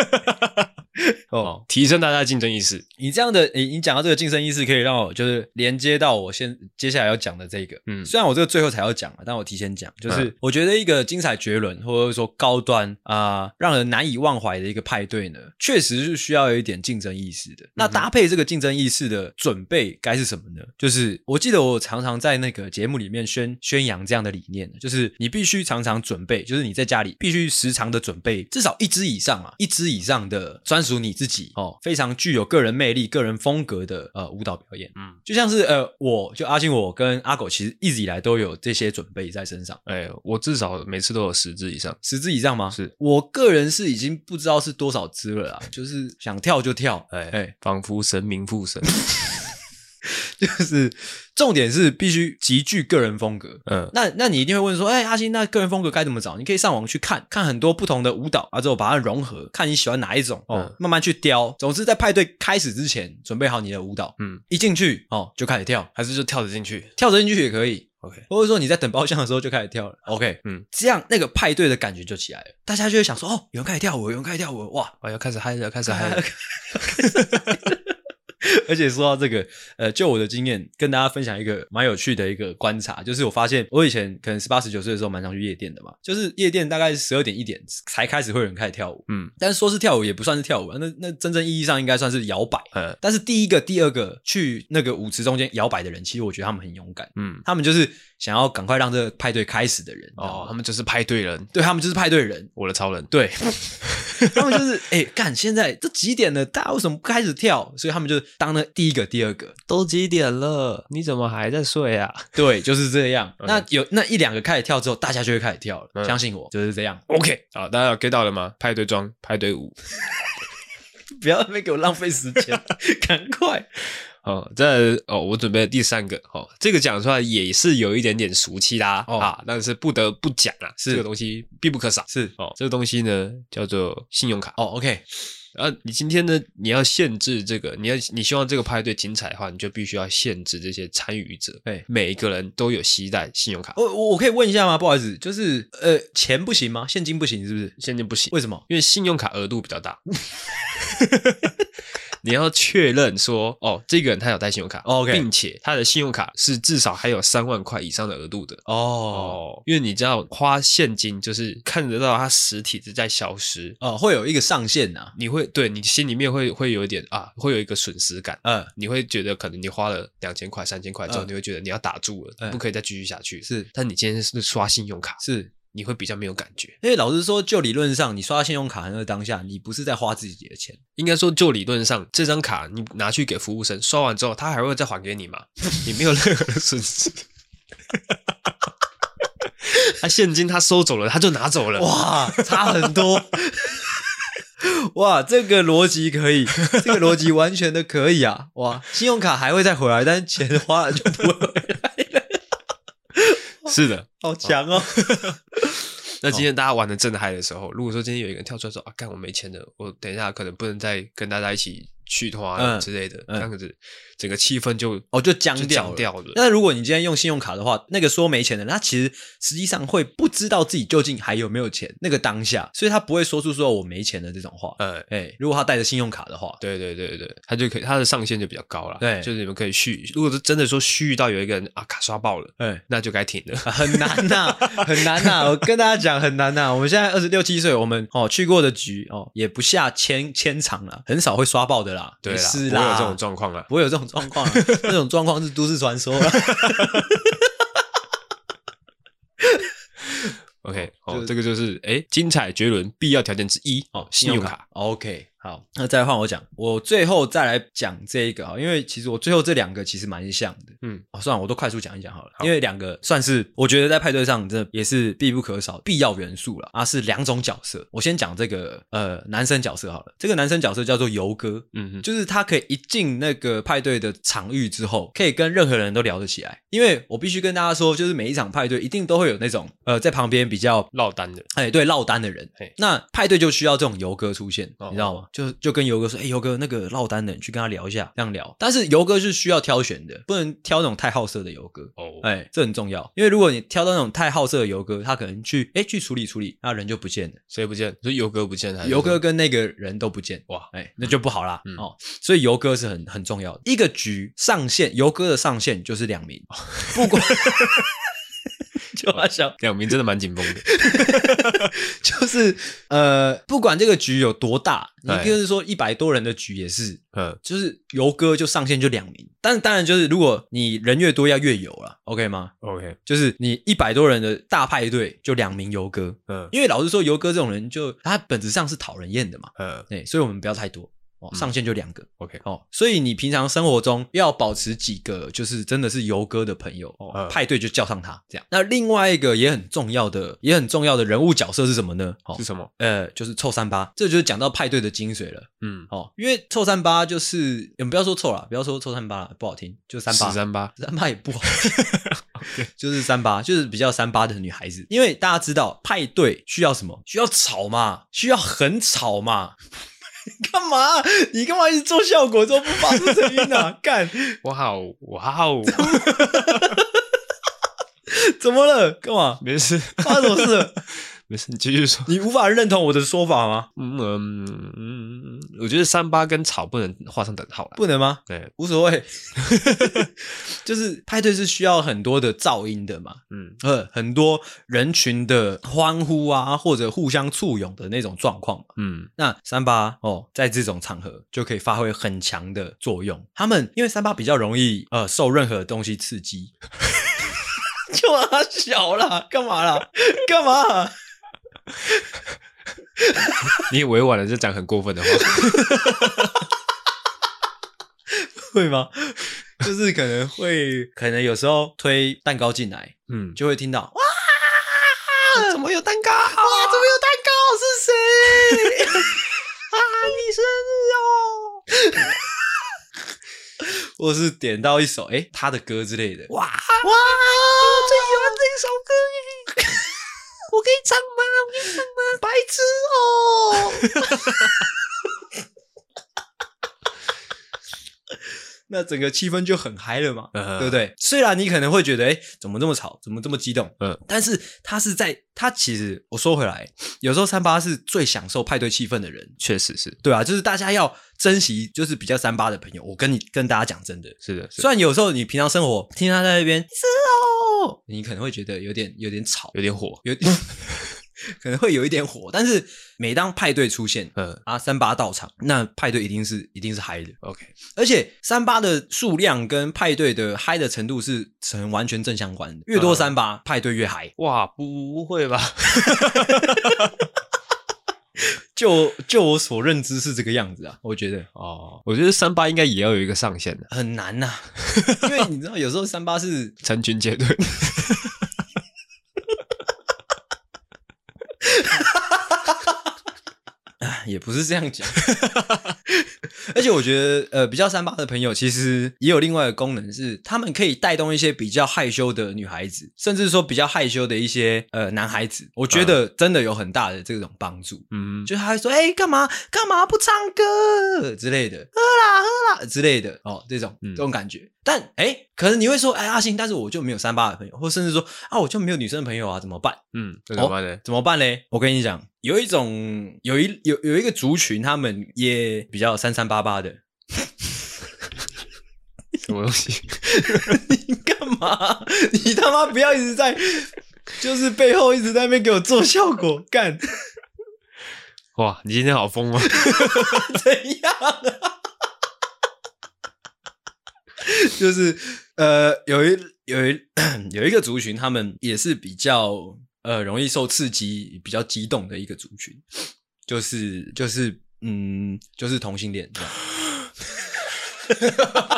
[SPEAKER 1] 哦，
[SPEAKER 2] 哦，提升大家的竞争意识。
[SPEAKER 1] 你这样的，你你讲到这个晋升意识，可以让我就是连接到我现接下来要讲的这个。
[SPEAKER 2] 嗯
[SPEAKER 1] 虽然我这个最后才要讲啊，但我提前讲，就是
[SPEAKER 2] 嗯
[SPEAKER 1] 我觉得一个精彩绝伦或者说高端啊、让人难以忘怀的一个派对呢，确实是需要有一点竞争意识的。
[SPEAKER 2] 嗯
[SPEAKER 1] 那搭配这个竞争意识的准备该是什么呢？就是我记得我常常在那个节目里面宣宣扬这样的理念，就是你必须常常准备，就是你在家里必须时常的准备至少一支以上啊，一支以上的专属你自己哦，非常具有个人魅力、个人风格的呃舞蹈表演。
[SPEAKER 2] 嗯，
[SPEAKER 1] 就像是呃，我就阿信，我跟阿狗其实一直以来都有这些准备在身上，
[SPEAKER 2] 哎，我至少每次都有十支以上。
[SPEAKER 1] 十支以上吗？
[SPEAKER 2] 是
[SPEAKER 1] 我个人是已经不知道是多少支了啦，就是想跳就跳， 哎
[SPEAKER 2] 哎
[SPEAKER 1] 哎，
[SPEAKER 2] 仿佛神明附身。
[SPEAKER 1] 就是重点是必须极具个人风格。
[SPEAKER 2] 嗯，
[SPEAKER 1] 那那你一定会问说，哎、阿信，那个人风格该怎么找？你可以上网去看看很多不同的舞蹈啊，之后把它融合，看你喜欢哪一种哦，
[SPEAKER 2] 嗯
[SPEAKER 1] 慢慢去雕。总之，在派对开始之前，准备好你的舞蹈，
[SPEAKER 2] 嗯，
[SPEAKER 1] 一进去哦就开始跳，
[SPEAKER 2] 还是就跳着进去。
[SPEAKER 1] 跳着进去也可以，
[SPEAKER 2] OK，
[SPEAKER 1] 或者说你在等包厢的时候就开始跳了，OK，
[SPEAKER 2] 嗯，
[SPEAKER 1] 这样那个派对的感觉就起来了，大家就会想说，哦，有人开始跳舞，有人开始跳舞，哇！
[SPEAKER 2] 哦，要开始嗨了，开始 嗨了。
[SPEAKER 1] 而且说到这个，呃，就我的经验，跟大家分享一个蛮有趣的一个观察，就是我发现我以前可能十八十九岁的时候蛮常去夜店的嘛，就是夜店大概是十二点一点才开始会有人开始跳舞，
[SPEAKER 2] 嗯
[SPEAKER 1] 但是说是跳舞也不算是跳舞啊，那那真正意义上应该算是摇摆。
[SPEAKER 2] 嗯
[SPEAKER 1] 但是第一个、第二个去那个舞池中间摇摆的人，其实我觉得他们很勇敢，
[SPEAKER 2] 嗯，
[SPEAKER 1] 他们就是想要赶快让这个派对开始的人。
[SPEAKER 2] 哦
[SPEAKER 1] 哦，，
[SPEAKER 2] 他们就是派对人，
[SPEAKER 1] 对他们就是派对 人，
[SPEAKER 2] 我的超人。
[SPEAKER 1] 对他们就是哎干、现在这几点了，大家为什么不开始跳？所以他们就当了第一个、第二个，
[SPEAKER 2] 都几点了？ 你怎么还在睡啊？
[SPEAKER 1] 对，就是这样。
[SPEAKER 2] 嗯
[SPEAKER 1] 那有那一两个开始跳之后，大家就会开始跳了，
[SPEAKER 2] 嗯
[SPEAKER 1] 相信我，就是这样。
[SPEAKER 2] OK，好，大家有 get 到了吗？派对装，派对舞。
[SPEAKER 1] 不要在那边给我浪费时 间，赶快！
[SPEAKER 2] 哦，这哦，我准备了第三个哦，这个讲出来也是有一点点俗气啦、
[SPEAKER 1] 哦
[SPEAKER 2] 啊，但是不得不讲啦，
[SPEAKER 1] 是
[SPEAKER 2] 这个东西必不可少。
[SPEAKER 1] 是
[SPEAKER 2] 哦，这个东西呢叫做信用卡。
[SPEAKER 1] 哦，OK，
[SPEAKER 2] 啊，你今天呢，你要限制这个，你要你希望这个派对精彩的话，你就必须要限制这些参与者，
[SPEAKER 1] 对
[SPEAKER 2] 每一个人都有携带信用卡，
[SPEAKER 1] 我我我可以问一下吗？不好意思，就是呃，钱不行吗？现金不行是不是？
[SPEAKER 2] 现金不行。
[SPEAKER 1] 为什么？
[SPEAKER 2] 因为信用卡额度比较大， 你要确认说，哦，这个人他有带信用卡
[SPEAKER 1] 哦 OK
[SPEAKER 2] 并且他的信用卡是至少还有三万块以上的额度的。
[SPEAKER 1] 哦
[SPEAKER 2] 哦，因为你知道花现金就是看得到它实体是在消失，
[SPEAKER 1] 哦，会有一个上限啊呐、
[SPEAKER 2] 你会对你心里面会会有一点啊，会有一个损失感。
[SPEAKER 1] 嗯，
[SPEAKER 2] 你会觉得可能你花了两千块、三千块之后，
[SPEAKER 1] 嗯
[SPEAKER 2] 你会觉得你要打住了，
[SPEAKER 1] 嗯
[SPEAKER 2] 不可以再继续下去。
[SPEAKER 1] 是
[SPEAKER 2] 但你今天是刷信用卡，
[SPEAKER 1] 是。
[SPEAKER 2] 你会比较没有感觉。
[SPEAKER 1] 因为老实说，就理论上，你刷信用卡的那个当下，你不是在花自己的钱，
[SPEAKER 2] 应该说，就理论上，这张卡你拿去给服务生刷完之后，他还会再还给你嘛？你没有任何的损失。 他现金他收走了，他就拿走了。
[SPEAKER 1] 哇，差很多。 哇，这个逻辑可以，这个逻辑完全的可以啊！哇，信用卡还会再回来，但是钱花了就不会回来，
[SPEAKER 2] 是的。
[SPEAKER 1] 好强哦！
[SPEAKER 2] 那今天大家玩的正嗨的时候，如果说今天有一个人跳出来说啊，干我没钱了，我等一下可能不能再跟大家一起去团啊
[SPEAKER 1] 嗯
[SPEAKER 2] 之类的，
[SPEAKER 1] 嗯
[SPEAKER 2] 这样子整个气氛就
[SPEAKER 1] 哦，就僵
[SPEAKER 2] 就
[SPEAKER 1] 掉
[SPEAKER 2] 降
[SPEAKER 1] 了。
[SPEAKER 2] 掉了。
[SPEAKER 1] 那如果你今天用信用卡的话，那个说没钱的人，他其实实际上会不知道自己究竟还有没有钱，那个当下，所以他不会说出说我没钱的这种话。
[SPEAKER 2] 呃，
[SPEAKER 1] 哎、如果他带着信用卡的话，
[SPEAKER 2] 对对对对，他就可以他的上限就比较高了。
[SPEAKER 1] 对
[SPEAKER 2] 就是你们可以续，如果是真的说续到有一个人啊卡刷爆了，
[SPEAKER 1] 哎、
[SPEAKER 2] 那就该停了。
[SPEAKER 1] 很难呐、很难呐、我跟大家讲，很难呐、我们现在二十六七岁，我们哦去过的局哦也不下千千场了，很少会刷爆的啦，
[SPEAKER 2] 对
[SPEAKER 1] 没
[SPEAKER 2] 啦，
[SPEAKER 1] 事
[SPEAKER 2] 不会有
[SPEAKER 1] 啦，
[SPEAKER 2] 这种状况啦。
[SPEAKER 1] 不会有这种状况、啊，那种状况是都市传说啦。
[SPEAKER 2] OK，
[SPEAKER 1] 就
[SPEAKER 2] 哦，
[SPEAKER 1] 是
[SPEAKER 2] 这个就是哎，诶精彩绝伦必要条件之一哦，信用卡。
[SPEAKER 1] OK，好，那再换我讲，我最后再来讲这一个啊，因为其实我最后这两个其实蛮像的。
[SPEAKER 2] 嗯，
[SPEAKER 1] 哦，算了，我都快速讲一讲好了，
[SPEAKER 2] 好
[SPEAKER 1] 因为两个算是我觉得在派对上真的也是必不可少必要元素了啊，是两种角色。我先讲这个呃男生角色好了，这个男生角色叫做游哥。
[SPEAKER 2] 嗯哼，
[SPEAKER 1] 就是他可以一进那个派对的场域之后，可以跟任何人都聊得起来。因为我必须跟大家说，就是每一场派对一定都会有那种呃，在旁边比较
[SPEAKER 2] 落单的，
[SPEAKER 1] 哎，对，落单的人
[SPEAKER 2] 嘿，
[SPEAKER 1] 那派对就需要这种游哥出现，
[SPEAKER 2] 哦
[SPEAKER 1] 你知道吗？就就跟游哥说，哎，游哥那个落单的人去跟他聊一下，这样聊。但是游哥是需要挑选的，不能挑那种太好色的游哥。
[SPEAKER 2] 哦，
[SPEAKER 1] 哎，这很重要，因为如果你挑到那种太好色的游哥，他可能去哎去处理处理，那人就不见了，
[SPEAKER 2] 谁不见？是游哥不见还是
[SPEAKER 1] 游哥跟那个人都不见，
[SPEAKER 2] 哇，
[SPEAKER 1] 哎，那就不好啦。
[SPEAKER 2] 嗯
[SPEAKER 1] 哦，所以游哥是很很重要的。一个局上限，游哥的上限就是两名，
[SPEAKER 2] 哦
[SPEAKER 1] 不 管 就要想
[SPEAKER 2] 两名真的蛮紧 绷的。
[SPEAKER 1] 就是呃，不管这个局有多大，你
[SPEAKER 2] 哎
[SPEAKER 1] 就是说一百多人的局也是，
[SPEAKER 2] 嗯，
[SPEAKER 1] 就是游哥就上限就两名，但当然就是如果你人越多要越游了，OK 吗？
[SPEAKER 2] OK，
[SPEAKER 1] 就是你一百多人的大派对就两名游哥，
[SPEAKER 2] 嗯
[SPEAKER 1] 因为老实说，游哥这种人就他本质上是讨人厌的嘛，
[SPEAKER 2] 嗯
[SPEAKER 1] 对，所以我们不要太多。哦，
[SPEAKER 2] 嗯
[SPEAKER 1] 上限就两个、
[SPEAKER 2] ，OK，
[SPEAKER 1] 哦，所以你平常生活中要保持几个，就是真的是游哥的朋友，哦
[SPEAKER 2] 嗯
[SPEAKER 1] 派对就叫上他这样。那另外一个也很重要的，也很重要的人物角色是什么呢？哦
[SPEAKER 2] 是，什么？
[SPEAKER 1] 呃，就是臭三八，这就是讲到派对的精髓了。
[SPEAKER 2] 嗯，
[SPEAKER 1] 哦，因为臭三八就是，你们不要说臭啦，不要说臭三八啦，不好听，就三八，
[SPEAKER 2] 十三八，
[SPEAKER 1] 三八也不好听，就是三八，就是比较三八的女孩子。因为大家知道派对需要什么？需要吵嘛，需要很吵嘛。 你干嘛？你干嘛一直做效果，做不发 出声音啊？干！
[SPEAKER 2] 哇哦哇哦，
[SPEAKER 1] 怎么了？干嘛？
[SPEAKER 2] 没事，
[SPEAKER 1] 发生什么事了？
[SPEAKER 2] 没事，你继续说。
[SPEAKER 1] 你无法认同我的说法吗？
[SPEAKER 2] 嗯嗯嗯，我觉得三八跟草不能画上等号啦。
[SPEAKER 1] 不能吗？
[SPEAKER 2] 对，
[SPEAKER 1] 无所谓， 就是派对是需要很多的噪音的嘛，
[SPEAKER 2] 嗯，
[SPEAKER 1] 呃，很多人群的欢呼啊，或者互相簇拥的那种状况嘛。
[SPEAKER 2] 嗯
[SPEAKER 1] 那三八哦，在这种场合就可以发挥很强的作用。他们因为三八比较容易呃受任何东西刺激， 就啊小啦，干嘛啦？干嘛？
[SPEAKER 2] 你也委婉的就讲很过分的话，
[SPEAKER 1] 会吗？ 就是可能会，可能有时候推蛋糕进来，
[SPEAKER 2] 嗯，
[SPEAKER 1] 就会听到
[SPEAKER 2] 啊怎么有蛋糕？
[SPEAKER 1] 哇，怎么有蛋糕？是谁？啊，你生日 哦！或是点到一首哎、诶他的歌之类的，哇哇，我最喜欢这一首歌耶！我可以唱吗？我可以唱吗？白痴哦！ 那整个气氛就很嗨了嘛。
[SPEAKER 2] 嗯
[SPEAKER 1] 对不？对？虽然你可能会觉得，哎，怎么这么吵，怎么这么激动？
[SPEAKER 2] 嗯
[SPEAKER 1] 嗯，但是他是在他其实我说回来，有时候三八是最享受派对气氛的人，
[SPEAKER 2] 确实是，
[SPEAKER 1] 对啊，就是大家要珍惜，就是比较三八的朋友。我跟你跟大家讲真的，
[SPEAKER 2] 是的，是
[SPEAKER 1] 虽
[SPEAKER 2] 的，
[SPEAKER 1] 然有时候你平常生活听他在那边是哦，你可能会觉得有点有点吵，
[SPEAKER 2] 有点火。
[SPEAKER 1] 有 可能会有一点火，但是每当派对出现。
[SPEAKER 2] 嗯
[SPEAKER 1] 啊，三八到场，那派对一定是一定是嗨的，
[SPEAKER 2] ，OK，
[SPEAKER 1] 而且三八的数量跟派对的嗨的程度是呈完全正相关的，越多
[SPEAKER 2] 嗯
[SPEAKER 1] 三八、派对越嗨。
[SPEAKER 2] 哇，不会吧？
[SPEAKER 1] 就就我所认知是这个样子啊，我觉得
[SPEAKER 2] 哦，我觉得三八应该也要有一个上限的，
[SPEAKER 1] 很难 呐、因为你知道有时候三八是
[SPEAKER 2] 成群结队。
[SPEAKER 1] 也不是这样讲， 而且我觉得呃比较三八的朋友其实也有另外的功能是，他们可以带动一些比较害羞的女孩子，甚至说比较害羞的一些呃男孩子，我觉得真的有很大的这种帮助。
[SPEAKER 2] 嗯，
[SPEAKER 1] 就他会说：“哎、干嘛干嘛不唱歌之类的，喝啦喝啦之类的哦，这种、
[SPEAKER 2] 嗯
[SPEAKER 1] 这种感觉。但哎、可能你会说：哎、阿信，但是我就没有三八的朋友，或甚至说啊，我就没有女生的朋友啊，怎么办？
[SPEAKER 2] 嗯，那怎么办呢？
[SPEAKER 1] 怎么办嘞？我跟你讲，有一种有一有有一个族群，他们也比较三三八八的。
[SPEAKER 2] 什么东西？
[SPEAKER 1] 你干嘛？你他妈不要一直在，就是背后一直在那边给我做效果，干
[SPEAKER 2] 哇，你今天好疯哦！
[SPEAKER 1] 怎样啊？ 就是呃，有一有一有一个族群，他们也是比较呃容易受刺激、比较激动的一个族群，就是就是嗯，就是同性恋这样。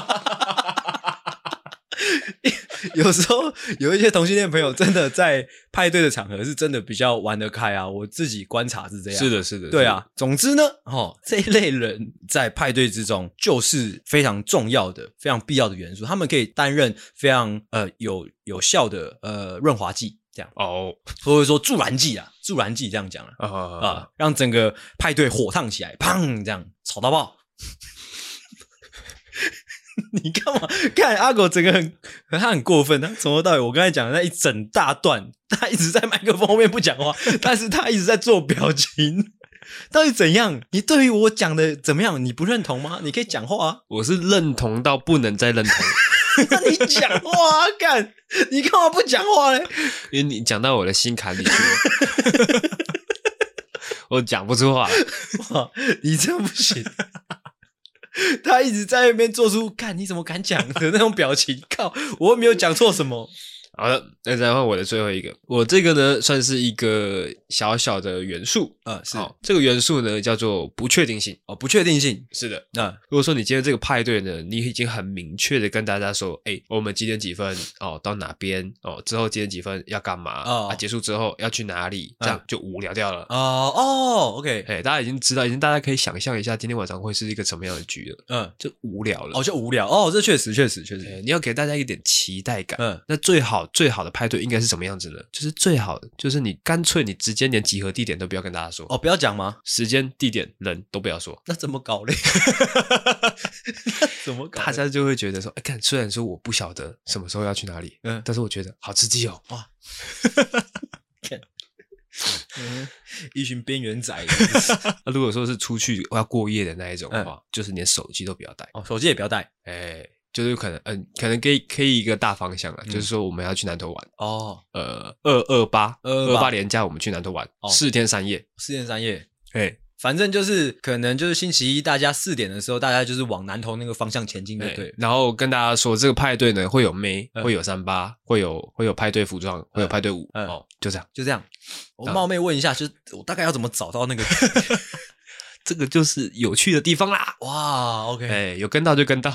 [SPEAKER 1] 有时候有一些同性恋朋友真的在派对的场合是真的比较玩得开啊，我自己观察是这样。
[SPEAKER 2] 是的，是的，
[SPEAKER 1] 对啊，总之呢，哦，这一类人在派对之中就是非常重要的、非常必要的元素，他们可以担任非常呃有有效的呃润滑剂，这样
[SPEAKER 2] 是的。哦
[SPEAKER 1] 或者说助燃剂啊，助燃剂这样讲了
[SPEAKER 2] 啊
[SPEAKER 1] 啊、
[SPEAKER 2] 啊，
[SPEAKER 1] 让整个派对火烫起来，砰，这样吵到爆。 你干嘛？看阿狗整个很，他很过分。他从头到尾，我刚才讲的那一整大段，他一直在麦克风后面不讲话，但是他一直在做表情。到底怎样？你对于我讲的怎么样？你不认同吗？你可以讲话啊，
[SPEAKER 2] 我是认同到不能再认同，
[SPEAKER 1] 那你讲话啊，干，你干嘛不讲话嘞？
[SPEAKER 2] 因为你讲到我的心坎里去了， 我讲不出话来。
[SPEAKER 1] 哇， 你这样不行。他一直在那边做出“看你怎么敢讲”的那种表情，靠，我又没有讲错什么。
[SPEAKER 2] 好的，那再换我的最后一个，我这个呢算是一个小小的元素，
[SPEAKER 1] 呃，是
[SPEAKER 2] 好，这个元素呢叫做不确定性。
[SPEAKER 1] 哦，不确定性，呃
[SPEAKER 2] 是的，
[SPEAKER 1] 那、
[SPEAKER 2] 如果说你今天这个派对呢，你已经很明确的跟大家说，哎、我们几点几分哦，到哪边哦，之后几点几分要干嘛、
[SPEAKER 1] 哦嗯
[SPEAKER 2] 啊，结束之后要去哪里，这样就无聊掉了。
[SPEAKER 1] 哦哦，OK，
[SPEAKER 2] 哎、大家已经知道，已经大家可以想象一下今天晚上会是一个什么样的局了，
[SPEAKER 1] 嗯，
[SPEAKER 2] 就无聊了。
[SPEAKER 1] 哦，就无聊哦，这确实确实确
[SPEAKER 2] 哎
[SPEAKER 1] 实，
[SPEAKER 2] 你要给大家一点期待感。
[SPEAKER 1] 嗯
[SPEAKER 2] 那最好好最好的派对应该是什么样子呢？就是最好的，就是你干脆你直接连集合地点都不要跟大家说，
[SPEAKER 1] 哦，不要讲吗？
[SPEAKER 2] 时间、地点、人都不要说，
[SPEAKER 1] 那怎么搞嘞？ 那怎么搞嘞？
[SPEAKER 2] 大家就会觉得说，哎，看，虽然说我不晓得什么时候要去哪里，
[SPEAKER 1] 嗯
[SPEAKER 2] 但是我觉得好刺激哦，
[SPEAKER 1] 嗯一群边缘仔，
[SPEAKER 2] 那如果说是出去要过夜的那一种的
[SPEAKER 1] 嗯
[SPEAKER 2] 话，就是连手机都不要带，
[SPEAKER 1] 哦，手机也不要带
[SPEAKER 2] 哎，就是可能，嗯、可能可以可以一个大方向了，
[SPEAKER 1] 嗯
[SPEAKER 2] 就是说我们要去南头玩，
[SPEAKER 1] 哦，
[SPEAKER 2] 呃，二二八
[SPEAKER 1] 228
[SPEAKER 2] 二八连假我们去南头玩
[SPEAKER 1] 哦
[SPEAKER 2] 四、天三夜，
[SPEAKER 1] 四天三夜。
[SPEAKER 2] 哎
[SPEAKER 1] 反正就是可能就是星期一大家四点的时候，大家就是往南头那个方向前进，就对
[SPEAKER 2] 对
[SPEAKER 1] 了。，
[SPEAKER 2] 然后跟大家说这个派对呢会有妹，
[SPEAKER 1] 嗯
[SPEAKER 2] 会有三八，会有会有派对服装，会有派对舞，
[SPEAKER 1] 嗯
[SPEAKER 2] 哦，就这样，
[SPEAKER 1] 就这样，我
[SPEAKER 2] 啊
[SPEAKER 1] 冒昧问一下，就是我大概要怎么找 到那个？，
[SPEAKER 2] 这个就是有趣的地方啦
[SPEAKER 1] 哇，OK
[SPEAKER 2] 哎，有跟到就跟到，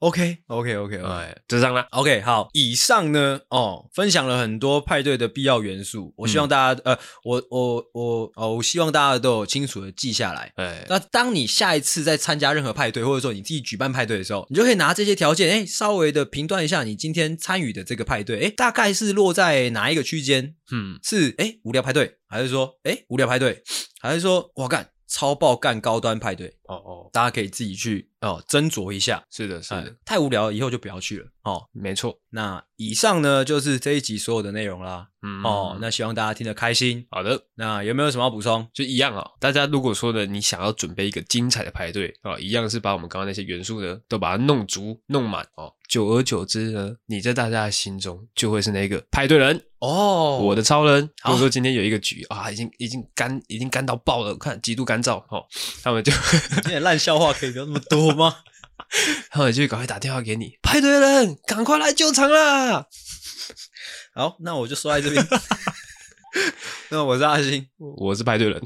[SPEAKER 1] OK OK OK OK，
[SPEAKER 2] 哎，就这样啦，
[SPEAKER 1] OK，好，以上呢，哦，分享了很多派对的必要元素，我希望大家，呃，我我我哦，我希望大家都有清楚的记下来。
[SPEAKER 2] 哎，
[SPEAKER 1] 那当你下一次再参加任何派对，或者说你自己举办派对的时候，你就可以拿这些条件，哎，稍微的评断一下你今天参与的这个派对，哎，大概是落在哪一个区间？
[SPEAKER 2] 嗯，
[SPEAKER 1] 是哎无聊派对，还是说哎无聊派对，还是说哇干超爆干高端派对？
[SPEAKER 2] 哦哦，
[SPEAKER 1] 大家可以自己去哦斟酌一下。
[SPEAKER 2] 是的，是
[SPEAKER 1] 哎
[SPEAKER 2] 的，
[SPEAKER 1] 太无聊了，以后就不要去了哦。
[SPEAKER 2] 没错，
[SPEAKER 1] 那以上呢就是这一集所有的内容啦。
[SPEAKER 2] 嗯，
[SPEAKER 1] 哦，那希望大家听得开心。
[SPEAKER 2] 好的。
[SPEAKER 1] 那有没有什么要补充？
[SPEAKER 2] 就一样啊、大家如果说呢，你想要准备一个精彩的排队啊、一样是把我们刚刚那些元素呢，都把它弄足、弄满哦。久而久之呢，你在大家的心中就会是那个派对人，
[SPEAKER 1] 哦
[SPEAKER 2] 我的超人。
[SPEAKER 1] 好
[SPEAKER 2] 如果说今天有一个局啊，已经已经干已经干到爆了，看极度干燥哦，他们就
[SPEAKER 1] 今天烂笑话可以不要那么多吗？
[SPEAKER 2] 他们就赶快打电话给你，派对人，赶快来救场啦！
[SPEAKER 1] 好，那我就说在 这边。那我是阿星，
[SPEAKER 2] 我是派对人，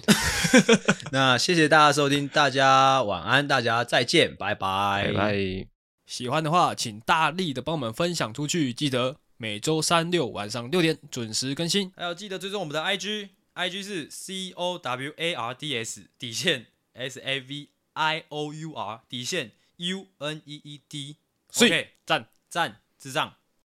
[SPEAKER 1] 那谢谢大家收听，大家晚安，大家再见，拜
[SPEAKER 2] 拜
[SPEAKER 1] 拜。
[SPEAKER 2] 拜。
[SPEAKER 3] 哎喜欢的话，请大力的帮我们分享出去。记得每周三六晚上六点准时更新。
[SPEAKER 1] 还有记得追踪我们的 IG，IG 是 C O W A R D S 底线 S A V I O U R 底线 U N E E D，
[SPEAKER 3] 所以
[SPEAKER 1] OK，赞赞智障。